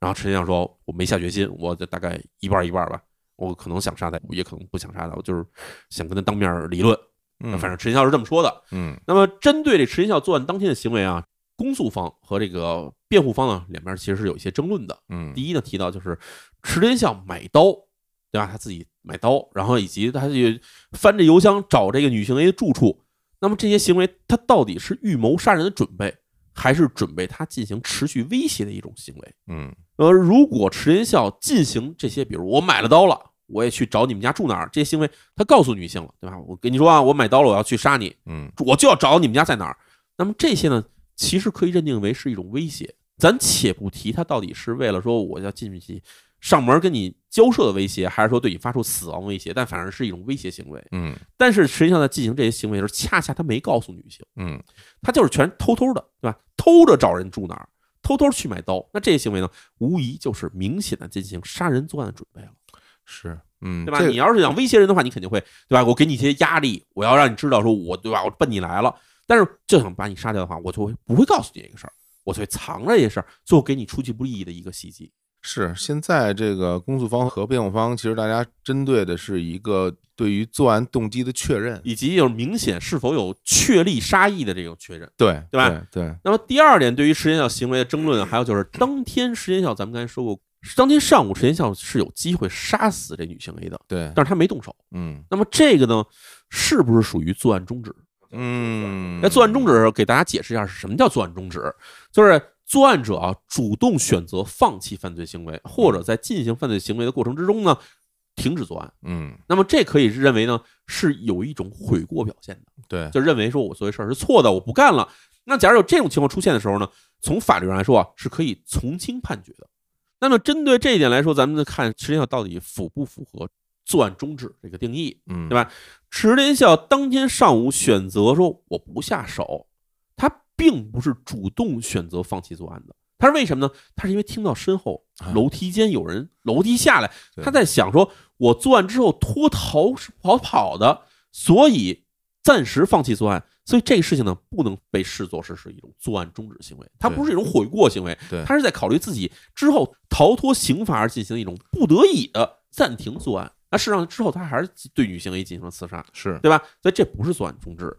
然后陈先生说我没下决心，我就大概一半儿一半儿吧，我可能想杀他，我也可能不想杀他，我就是想跟他当面儿理论。嗯，反正陈孝是这么说的。嗯那么针对这陈孝作案当天的行为啊，公诉方和这个辩护方呢，两边其实是有一些争论的。嗯，第一呢，提到就是池田孝买刀，对吧？他自己买刀，然后以及他去翻这邮箱找这个女性 A 的住处。那么这些行为，他到底是预谋杀人的准备，还是准备他进行持续威胁的一种行为？嗯呃，如果池田孝进行这些，比如我买了刀了，我也去找你们家住哪儿，这些行为，他告诉女性了，对吧？我跟你说啊，我买刀了，我要去杀你，嗯我就要找你们家在哪儿。那么这些呢，其实可以认定为是一种威胁。咱且不提他到底是为了说我要进去上门跟你交涉的威胁，还是说对你发出死亡威胁，但反而是一种威胁行为。嗯但是实际上在进行这些行为的时候，恰恰他没告诉女性，嗯他就是全偷偷的，对吧？偷着找人住哪儿，偷偷去买刀。那这些行为呢，无疑就是明显的进行杀人作案的准备了。是，嗯，对吧？这你要是想威胁人的话，你肯定会，对吧？我给你一些压力，我要让你知道说我，对吧？我奔你来了。但是就想把你杀掉的话，我就会不会告诉你这个事儿，我就会藏着这些事儿，最后给你出其不意的一个袭击。是现在这个公诉方和辩护方，其实大家针对的是一个对于作案动机的确认，以及有明显是否有确立杀意的这种确认。对对吧？对，那么第二点，对于石田孝行为的争论，还有就是当天石田孝，咱们刚才说过，当天上午石田孝是有机会杀死这女性 A 的，对，但是他没动手。嗯那么这个呢，是不是属于作案中止？嗯，那作案中止给大家解释一下，什么叫作案中止？就是作案者啊主动选择放弃犯罪行为，或者在进行犯罪行为的过程之中呢停止作案。嗯，那么这可以认为呢是有一种悔过表现的，对，就认为说我做这事儿是错的，我不干了。那假如有这种情况出现的时候呢，从法律上来说啊是可以从轻判决的。那么针对这一点来说，咱们看实际上到底符不符合作案中止这个定义。嗯，对吧池田孝当天上午选择说我不下手，他并不是主动选择放弃作案的。他是为什么呢？他是因为听到身后啊楼梯间有人楼梯下来，对他在想说，我作案之后脱逃是跑跑的，所以暂时放弃作案。所以这个事情呢，不能被视作是是一种作案终止行为，它对不是一种悔过行为对，他是在考虑自己之后逃脱刑罚而进行一种不得已的暂停作案。那事实上之后，他还是对女性 A 进行了刺杀。是，对吧？所以这不是作案中止。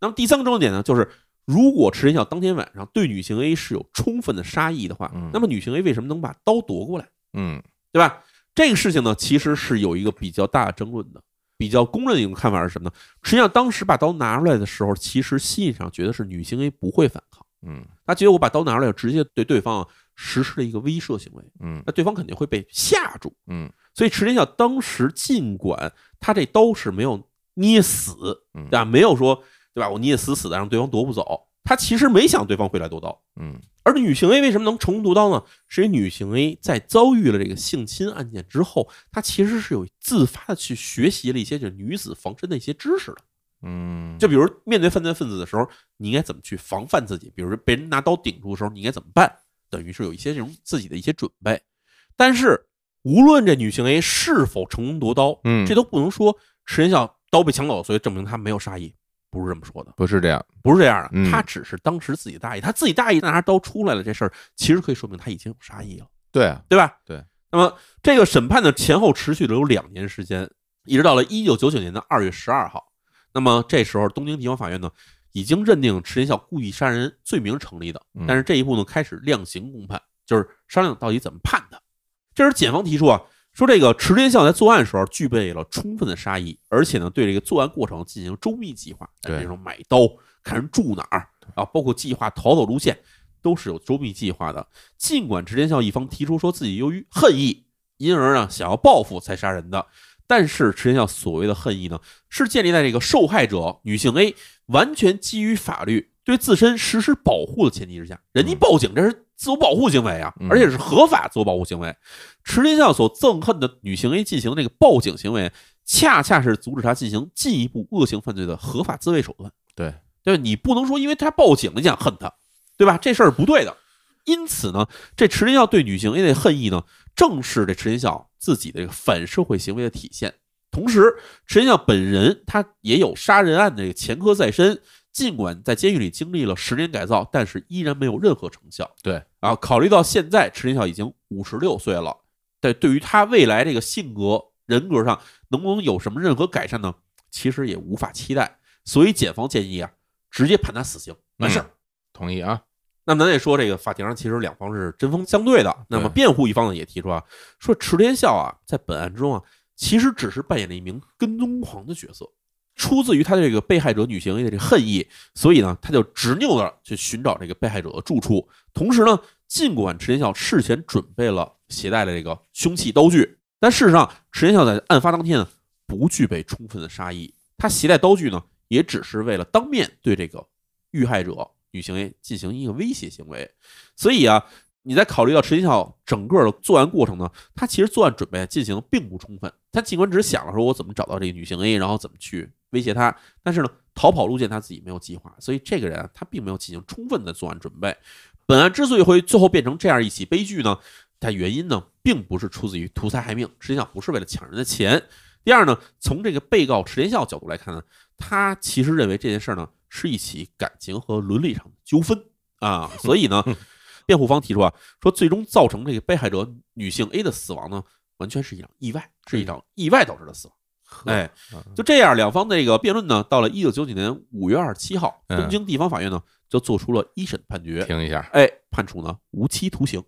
那么第三个重点呢，就是如果池田孝当天晚上对女性 A 是有充分的杀意的话嗯，那么女性 A 为什么能把刀夺过来，嗯对吧？这个事情呢，其实是有一个比较大的争论的，比较公认的一种看法是什么呢？实际上，当时把刀拿出来的时候，其实心理上觉得是女性 A 不会反抗，嗯她觉得我把刀拿出来，直接对对方实施了一个威慑行为，嗯那对方肯定会被吓住。嗯所以池田孝当时尽管他这刀是没有捏死，嗯对吧？没有说对吧？我捏死死的让对方夺不走，他其实没想对方会来夺刀。嗯而女性 A 为什么能成功夺刀呢？是因为女性 A 在遭遇了这个性侵案件之后，她其实是有自发的去学习了一些这女子防身的一些知识的。嗯，就比如面对犯罪分子的时候，你应该怎么去防范自己？比如说被人拿刀顶住的时候，你应该怎么办？等于是有一些这种自己的一些准备。但是，无论这女性 A 是否成功夺刀，嗯这都不能说池田孝刀被抢走，所以证明他没有杀意，不是这么说的，不是这样，不是这样嗯的。他只是当时自己大意，他自己大意拿着刀出来了这事儿，其实可以说明他已经有杀意了。对啊，对吧？对。那么这个审判的前后持续了有两年时间，一直到了一九九九年的二月十二号。那么这时候，东京地方法院呢已经认定池田孝故意杀人罪名成立的嗯，但是这一步呢开始量刑公判，就是商量到底怎么判他。这时检方提出啊，说这个池田孝在作案的时候具备了充分的杀意，而且呢对这个作案过程进行周密计划，对这种买刀、看人住哪儿啊，包括计划逃走路线，都是有周密计划的。尽管池田孝一方提出说自己由于恨意，因而呢想要报复才杀人的，但是池田孝所谓的恨意呢，是建立在这个受害者女性 A 完全基于法律对自身实施保护的前提之下，人家报警这是自我保护行为啊嗯，而且是合法自我保护行为。池田孝所憎恨的女性 A 进行这个报警行为，恰恰是阻止她进行进一步恶性犯罪的合法自卫手段。对，对吧，你不能说因为她报警了你想恨她，对吧？这事儿不对的。因此呢，这池田孝对女性 A 的恨意呢，正是这池田孝自己的这个反社会行为的体现。同时，池田孝本人他也有杀人案的这个前科在身，尽管在监狱里经历了十年改造，但是依然没有任何成效。对啊，考虑到现在陈林晓已经五十六岁了，但对于他未来这个性格、人格上能不能有什么任何改善呢？其实也无法期待。所以检方建议啊，直接判他死刑，完事儿。同意啊，那么咱也说，这个法庭上其实两方是针锋相对的。那么辩护一方呢也提出啊，说池田孝啊在本案中啊，其实只是扮演了一名跟踪狂的角色，出自于他这个被害者女行为的这恨意，所以呢，他就执拗的去寻找这个被害者的住处。同时呢，尽管池田孝事前准备了携带了这个凶器刀具，但事实上池田孝在案发当天呢不具备充分的杀意，他携带刀具呢也只是为了当面对这个遇害者女行为进行一个威胁行为。所以啊，你在考虑到陈晓整个的作案过程呢，他其实作案准备进行并不充分。他尽管只是想了说我怎么找到这个女行 A，然后怎么去威胁她，但是呢，逃跑路线他自己没有计划，所以这个人啊，他并没有进行充分的作案准备。本案之所以会最后变成这样一起悲剧呢，它原因呢，并不是出自于图财害命，实际上不是为了抢人的钱。第二呢，从这个被告池田孝角度来看呢，他其实认为这件事儿呢是一起感情和伦理上的纠纷啊，所以呢，辩护方提出啊，说最终造成这个被害者女性 A 的死亡呢，完全是一场意外，是一场意外导致的死亡。哎，就这样，两方的这个辩论呢，到了一九九九年五月二十七号，嗯东京地方法院呢就做出了一审判决，听一下，哎，判处呢无期徒刑，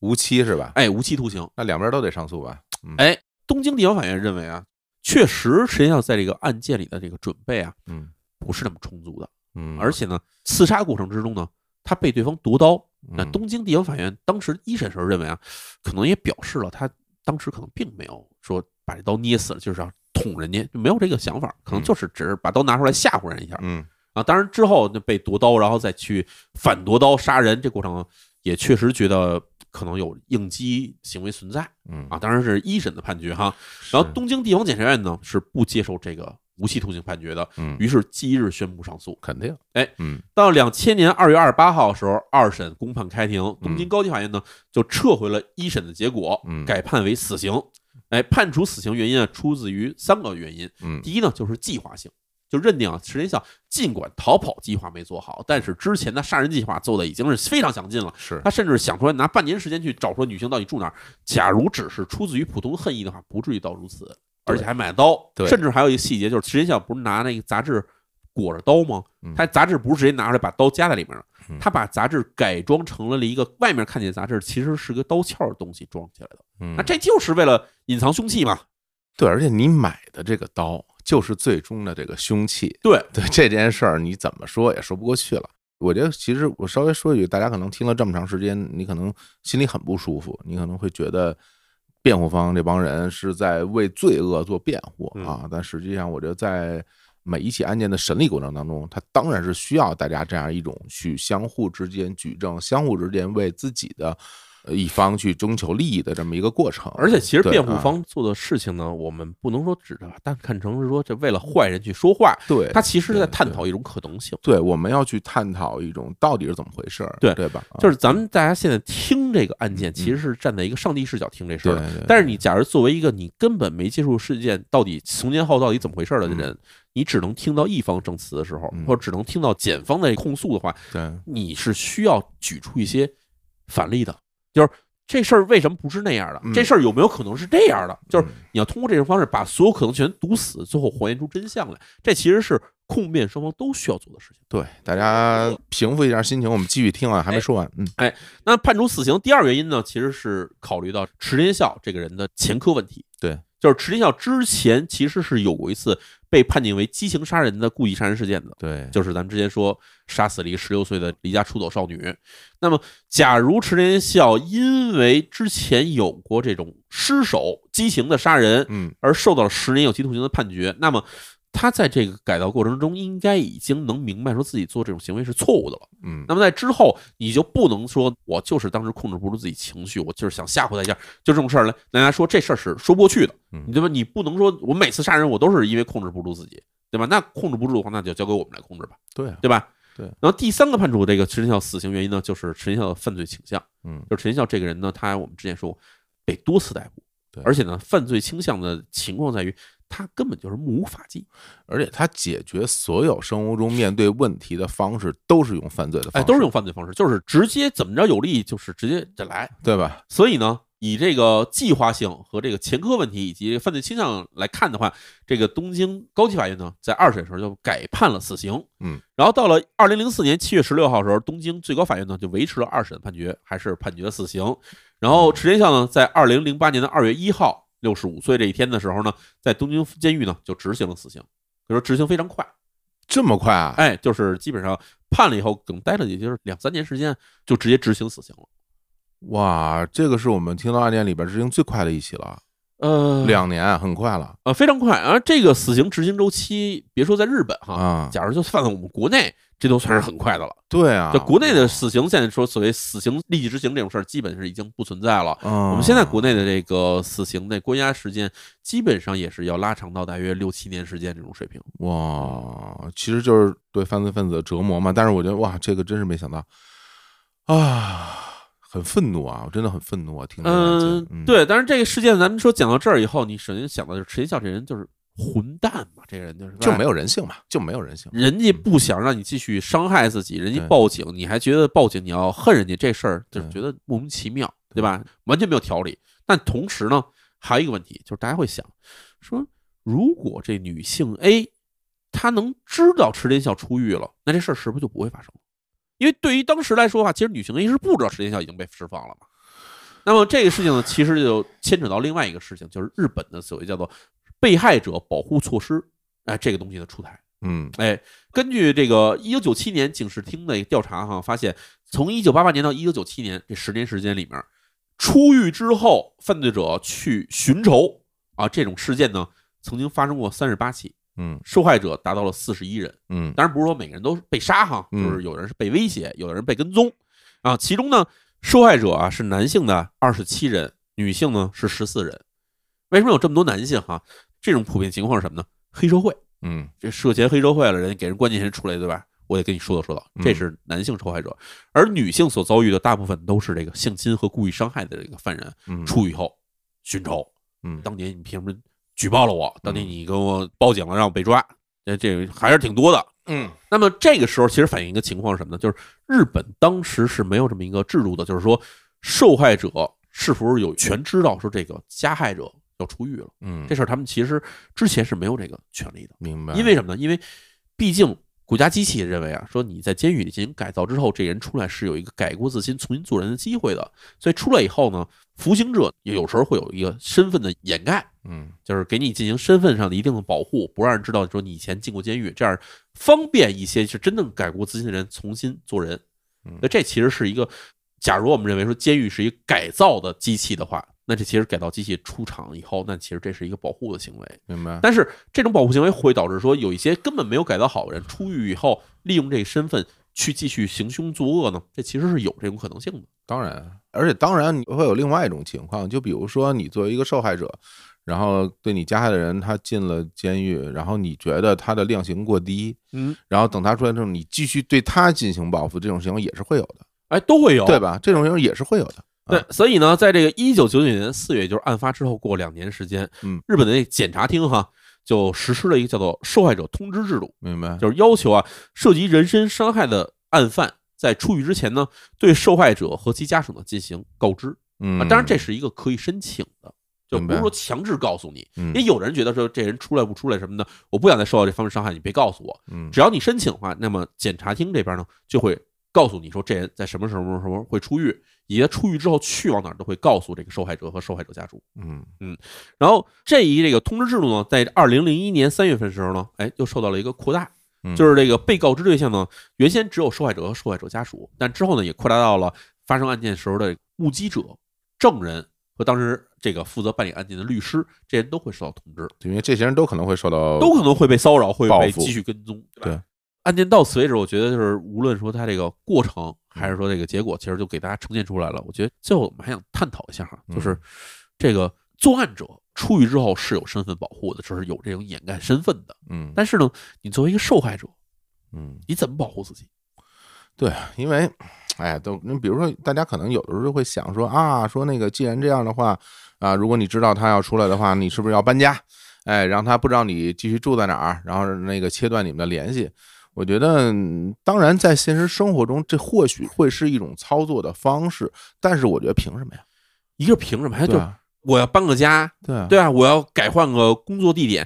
无期是吧？哎，无期徒刑。那两边都得上诉吧？嗯哎东京地方法院认为啊，确实实际上在这个案件里的这个准备啊，嗯不是那么充足的，嗯，而且呢，刺杀过程之中呢，他被对方夺刀。那嗯东京地方法院当时一审时候认为啊，可能也表示了他当时可能并没有说把这刀捏死了，就是要捅人家，就没有这个想法，可能嗯就是只是把刀拿出来吓唬人一下嗯啊。当然之后那被夺刀，然后再去反夺刀杀人，这过程也确实觉得可能有应激行为存在嗯啊。，当然是一审的判决哈，是然后东京地方检察院呢是不接受这个无期徒刑判决的，嗯于是即日宣布上诉。肯定哎嗯到两千年二月二十八号的时候，二审公判开庭，东京高级法院呢就撤回了一审的结果，嗯改判为死刑。哎，判处死刑原因啊，出自于三个原因。嗯第一呢，就是计划性，就认定啊，池田孝尽管逃跑计划没做好，但是之前的杀人计划做的已经是非常详尽了。是他甚至想出来拿半年时间去找出女性到底住哪儿。假如只是出自于普通恨意的话，不至于到如此，而且还买刀。对甚至还有一个细节，就是池田孝不是拿那个杂志裹着刀吗嗯？他杂志不是直接拿出来把刀夹在里面了嗯，他把杂志改装成了一个外面看见杂志其实是个刀鞘的东西装起来的。嗯那这就是为了隐藏凶器嘛？对，而且你买的这个刀就是最终的这个凶器，对对这件事儿你怎么说也说不过去了。我觉得其实我稍微说一句，大家可能听了这么长时间，你可能心里很不舒服，你可能会觉得辩护方这帮人是在为罪恶做辩护嗯啊，但实际上我觉得在每一起案件的审理过程当中，它当然是需要大家这样一种去相互之间举证、相互之间为自己的呃一方去征求利益的这么一个过程。而且其实对辩护啊方做的事情呢，我们不能说指着，但看成是说这为了坏人去说话，对他其实是在哎对探对讨一种可能性。对，我们要去探讨一种到底是怎么回事儿，对对吧？啊就是是咱们大家现在听这个案件，其实是站在一个上帝视角听这事嗯对儿的。，对但是你假如作为一个你根本没接触事件到底从前后到底怎么回事儿的人，你只能听到一方证词的时候嗯，或者只能听到检方的控诉的话，对你是需要举出一些反例的，就是这事儿为什么不是那样的嗯？这事儿有没有可能是这样的？就是嗯你要通过这种方式把所有可能全堵死，最后还原出真相来。这其实是控辩双方都需要做的事情。对，大家平复一下心情，我们继续听啊，哎还没说完，嗯那判处死刑第二原因呢，其实是考虑到池田孝这个人的前科问题。对，就是池田孝之前其实是有过一次被判定为激情杀人的故意杀人事件的，对，就是咱们之前说杀死了一个十六岁的离家出走少女。那么，假如池田孝因为之前有过这种失手激情的杀人，嗯而受到了十年有期徒刑的判决，那么他在这个改造过程中应该已经能明白说自己做这种行为是错误的了。嗯，那么在之后，你就不能说我就是当时控制不住自己情绪，我就是想吓唬他一下，就这种事儿来，大家说这事儿是说不过去的嗯，你对吧？你不能说我每次杀人我都是因为控制不住自己，对吧？那控制不住的话，那就交给我们来控制吧，对啊，对吧？对然后第三个判处这个陈孝死刑原因呢，就是陈孝的犯罪倾向，嗯就是陈孝这个人呢，他我们之前说过被多次逮捕对，而且呢，犯罪倾向的情况在于它根本就是目无法纪。而且他解决所有生活中面对问题的方式都是用犯罪的方哎，式，都是用犯罪方式，就是直接怎么着有利，就是直接就来。对吧？所以呢，以这个计划性和这个前科问题以及犯罪倾向来看的话，这个东京高级法院呢，在二审时候就改判了死刑。嗯，然后到了二零零四年七月十六号的时候，东京最高法院呢就维持了二审判决，还是判决死刑。然后池田孝呢，在二零零八年的二月一号，六十五岁这一天的时候呢，在东京监狱呢就执行了死刑。可以说执行非常快，这么快啊？哎，就是基本上判了以后，等待了也就是两三年时间，就直接执行死刑了。哇，这个是我们听到案件里边执行最快的一起了，呃，两年啊很快了呃，非常快。而这个死刑执行周期，别说在日本哈，啊！假如就放在我们国内，这都算是很快的了。对啊，就国内的死刑，现在说所谓死刑立即执行这种事儿，基本是已经不存在了。嗯，我们现在国内的这个死刑的关押时间，基本上也是要拉长到大约六七年时间这种水平。哇，其实就是对犯罪分子的折磨嘛。但是我觉得哇，这个真是没想到啊，很愤怒啊，我真的很愤怒啊，听这个案件嗯，，对。但是这个事件，咱们说讲到这儿以后，你首先想到就是池田孝这人就是混蛋嘛，这个人就是就没有人性嘛，就没有人性。人家不想让你继续伤害自己，人家对报警，你还觉得报警你要恨人家这事儿，就是对觉得莫名其妙，对吧？完全没有条理。但同时呢，还有一个问题，就是大家会想说，如果这女性 A 她能知道池田孝出狱了，那这事儿是不是就不会发生了？因为对于当时来说的话，其实女性 A 是不知道池田孝已经被释放了嘛。那么这个事情呢，其实就牵扯到另外一个事情，就是日本的所谓叫做被害者保护措施，哎，这个东西的出台。嗯哎，根据这个一九九七年警视厅的调查哈，发现从一九八八年到一九九七年这十年时间里面，出狱之后犯罪者去寻仇啊这种事件呢，曾经发生过三十八起，嗯受害者达到了四十一人。嗯当然不是说每个人都被杀哈，嗯就是有人是被威胁，有的人被跟踪啊。其中呢，受害者啊是男性的二十七人，女性呢是十四人。为什么有这么多男性哈？这种普遍情况是什么呢？黑社会。嗯这涉嫌黑社会了，人家给人关进去出来，对吧？我得跟你说道说道，这嗯是男性受害者，而女性所遭遇的大部分都是这个性侵和故意伤害的这个犯人嗯，出狱后寻仇。嗯当年你凭什么举报了我？当年你给我报警了，让我被抓，这这还是挺多的。嗯那么这个时候，其实反映一个情况是什么呢？就是日本当时是没有这么一个制度的，就是说受害者是不是有权知道说这个加害者要出狱了？嗯，这事儿他们其实之前是没有这个权利的。明白，因为什么呢？因为毕竟国家机器认为啊，说你在监狱里进行改造之后，这人出来是有一个改过自新、重新做人的机会的。所以出来以后呢，服刑者也有时候会有一个身份的掩盖，嗯就是给你进行身份上的一定的保护，不让人知道说你以前进过监狱，这样方便一些是真正改过自新的人重新做人嗯。那这其实是一个，假如我们认为说监狱是一个改造的机器的话，那这其实改造机器出厂以后，那其实这是一个保护的行为。明白，但是这种保护行为会导致说，有一些根本没有改造好的人出狱以后，利用这个身份去继续行凶作恶呢？这其实是有这种可能性的。当然，而且当然你会有另外一种情况，就比如说你作为一个受害者，然后对你加害的人他进了监狱，然后你觉得他的量刑过低，嗯，然后等他出来之后，你继续对他进行报复，这种行为也是会有的，哎，都会有对吧？这种行为也是会有的。对，所以呢，在这个一九九九年四月，也就是案发之后过两年时间，嗯，日本的那个检察厅哈就实施了一个叫做受害者通知制度，明白？就是要求啊，涉及人身伤害的案犯在出狱之前呢，对受害者和其家属呢进行告知。嗯啊，，当然这是一个可以申请的，就明不白是说强制告诉你。嗯因为有人觉得说这人出来不出来什么的，我不想再受到这方面伤害，你别告诉我。嗯只要你申请的话，那么检察厅这边呢就会告诉你说这人在什么时候什么时候会出狱，以及他出狱之后去往哪儿都会告诉这个受害者和受害者家属。嗯然后这一这个通知制度呢，在二零零一年三月份时候呢，哎，又受到了一个扩大嗯，就是这个被告知对象呢，原先只有受害者和受害者家属，但之后呢，也扩大到了发生案件时候的目击者、证人和当时这个负责办理案件的律师，这些人都会受到通知，因为这些人都可能会受到都可能会被骚扰，会报被复继续跟踪。吧对案件到此为止，我觉得就是无论说它这个过程嗯还是说这个结果，其实就给大家呈现出来了。我觉得最后我们还想探讨一下哈，嗯就是这个作案者出狱之后是有身份保护的，就是有这种掩盖身份的。嗯但是呢，你作为一个受害者，嗯你怎么保护自己？对，因为哎都你比如说大家可能有的时候会想说啊，说那个既然这样的话啊，如果你知道他要出来的话，你是不是要搬家？哎，让他不知道你继续住在哪儿，然后那个切断你们的联系。我觉得，嗯当然在现实生活中，这或许会是一种操作的方式，但是我觉得凭什么呀？一个凭什么？还对就啊，我要搬个家，对啊，对啊，我要改换个工作地点，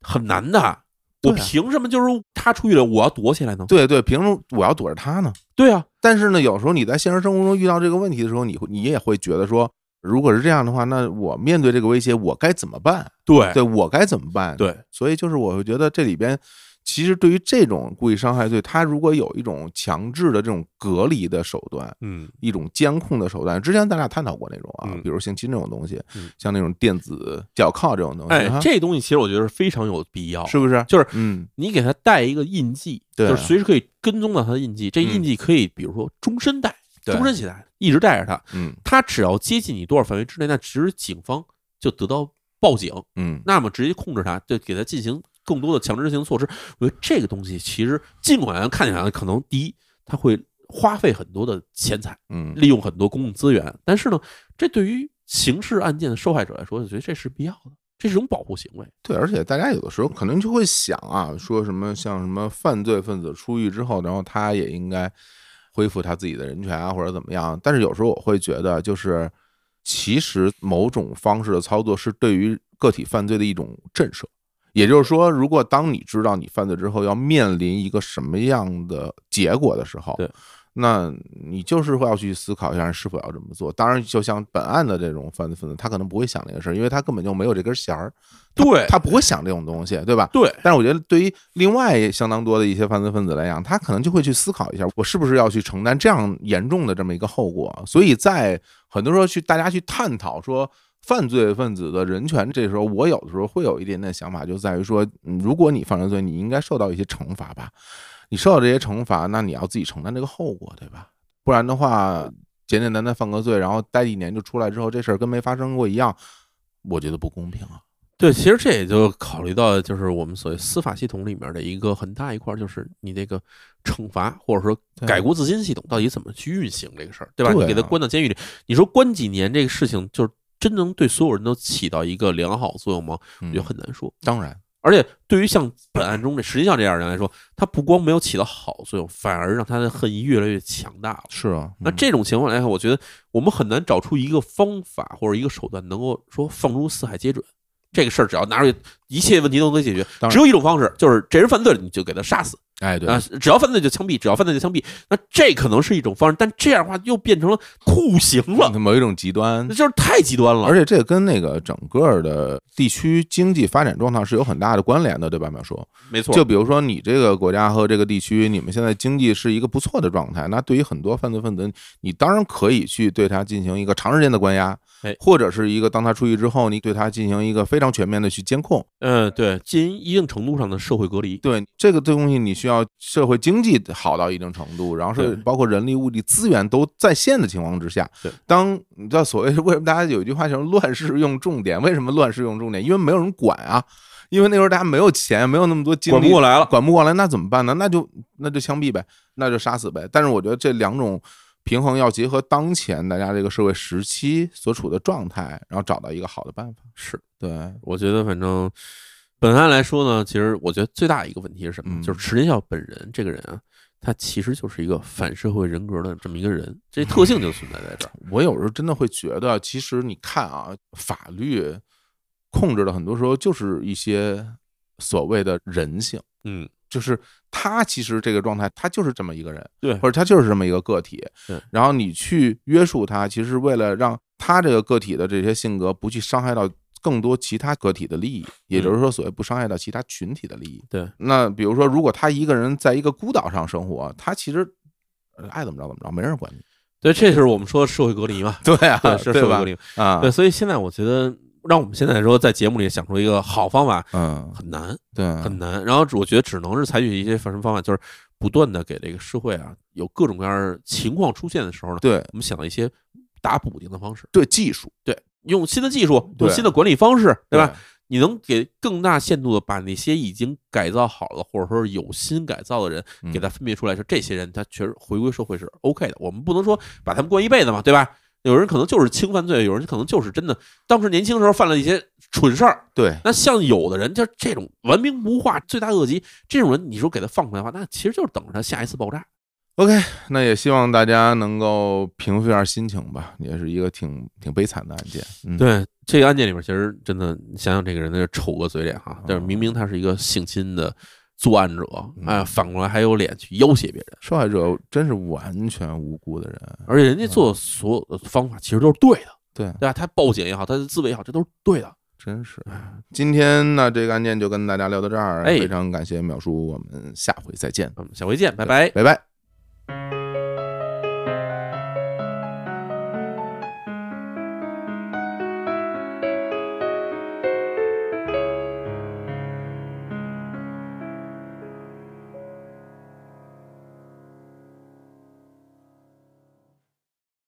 很难的。我对啊凭什么就是他出去了，我要躲起来呢？对对，凭什么我要躲着他呢？对啊，但是呢，有时候你在现实生活中遇到这个问题的时候，你会你也会觉得说，如果是这样的话，那我面对这个威胁，我该怎么办？对啊对我该怎么办？，哎对所以就是我会觉得这里边，其实对于这种故意伤害罪，它如果有一种强制的这种隔离的手段，嗯一种监控的手段，之前咱俩探讨过那种啊，嗯比如性侵这种东西嗯，像那种电子脚铐这种东西，哎啊哈，这东西其实我觉得是非常有必要，是不是？就是嗯，你给他带一个印记，对啊就是随时可以跟踪到他的印记。这嗯印记可以，比如说终身带，对终身携带，一直带着他。嗯他只要接近你多少范围之内，那其实警方就得到报警，嗯，那么直接控制他，就给他进行更多的强制性措施。我觉得这个东西其实尽管看起来可能第一，他会花费很多的钱财，嗯，利用很多公共资源，但是呢，这对于刑事案件的受害者来说，我觉得这是必要的，这是一种保护行为。对，而且大家有的时候可能就会想啊，说什么像什么犯罪分子出狱之后，然后他也应该恢复他自己的人权啊，或者怎么样。但是有时候我会觉得，就是其实某种方式的操作是对于个体犯罪的一种震慑。也就是说，如果当你知道你犯罪之后要面临一个什么样的结果的时候，对那你就是会要去思考一下是否要这么做。当然，就像本案的这种犯罪分子，他可能不会想这个事儿，因为他根本就没有这根弦儿，他对他不会想这种东西，对吧？哎对，但是我觉得，对于另外相当多的一些犯罪分子来讲，他可能就会去思考一下，我是不是要去承担这样严重的这么一个后果。所以在很多时候去大家去探讨说犯罪分子的人权，这时候我有的时候会有一点点想法，就在于说，嗯如果你犯了罪，你应该受到一些惩罚吧。你受到这些惩罚，那你要自己承担这个后果，对吧？不然的话，简简单单犯个罪，然后待一年就出来之后，这事儿跟没发生过一样，我觉得不公平啊。对，其实这也就考虑到，就是我们所谓司法系统里面的一个很大一块儿，就是你这个惩罚或者说对改过自新系统到底怎么去运行这个事儿，对吧？对啊你给他关到监狱里，你说关几年这个事情，就是真能对所有人都起到一个良好作用吗？我嗯觉得很难说。当然，而且对于像本案中这实际上这样的人来说，他不光没有起到好作用，反而让他的恨意越来越强大了。是啊，那嗯这种情况来看，我觉得我们很难找出一个方法或者一个手段，能够说放诸四海皆准。这个事儿只要拿出去，一切问题都能解决当然。只有一种方式，就是这人犯罪了，你就给他杀死哎，对啊，！只要犯罪就枪毙，只要犯罪就枪毙。那这可能是一种方式，但这样的话又变成了酷刑了，某一种极端那，就是太极端了。嗯而且这跟那个整个的地区经济发展状况是有很大的关联的，对吧，淼叔？没错，就比如说你这个国家和这个地区，你们现在经济是一个不错的状态，那对于很多犯罪分子，你当然可以去对他进行一个长时间的关押哎，或者是一个当他出狱之后，你对他进行一个非常全面的去监控。嗯，对，进行一定程度上的社会隔离。对这个东西，你需要社会经济好到一定程度，然后是对包括人力、物力资源都在线的情况之下对，当你知道所谓是为什么大家有一句话叫“乱世用重点”，为什么乱世用重点？因为没有人管啊，因为那时候大家没有钱，没有那么多精力，管不过来了管不过来，那怎么办呢？那就那就枪毙呗，那就杀死呗。但是我觉得这两种平衡要结合当前大家这个社会时期所处的状态，然后找到一个好的办法。是。对，我觉得反正本案来说呢，其实我觉得最大一个问题是什么？嗯就是池田孝本人这个人啊，他其实就是一个反社会人格的这么一个人，这特性就存在在这 儿。我有时候真的会觉得，其实你看啊，法律控制的很多时候就是一些所谓的人性，嗯，就是他其实这个状态，他就是这么一个人，对或者他就是这么一个个体对。然后你去约束他，其实是为了让他这个个体的这些性格不去伤害到更多其他个体的利益，也嗯就是说，所谓不伤害到其他群体的利益。对，那比如说，如果他一个人在一个孤岛上生活，他其实呃爱怎么着怎么着，没人管你。对，这就是我们说的社会隔 离嘛，对啊，对，是社会吧隔？离。啊，对，所以现在我觉得，让我们现在说在节目里想出一个好方法嗯，很难，对，很难。然后我觉得只能是采取一些反什么方法，就是不断的给这个社会啊有各种各样的情况出现的时候呢，对我们想到一些打补丁的方式，对技术，用新的技术，对用新的管理方式，对吧？吧？你能给更大限度的把那些已经改造好了，或者说是有心改造的人，嗯给他分别出来，说这些人他确实回归社会是 OK 的。我们不能说把他们关一辈子嘛，对吧？有人可能就是轻犯罪，有人可能就是真的当时年轻时候犯了一些蠢事儿。对，那像有的人就是这种文明不化、罪大恶极这种人，你说给他放出来的话，那其实就是等着他下一次爆炸。 OK，那也希望大家能够平复一下心情吧，也是一个挺挺悲惨的案件。嗯，，对这个案件里边，其实真的你想想这个人的丑恶嘴脸哈嗯，就是明明他是一个性侵的作案者嗯，哎，反过来还有脸去要挟别人，受害者真是完全无辜的人。而且人家做所有的方法其实都是对的，对，对吧？他报警也好，他自卫也好，这都是对的。真是。今天呢，这个案件就跟大家聊到这儿，哎非常感谢淼叔，我们下回再见，嗯，下回见，拜拜。拜拜。 thank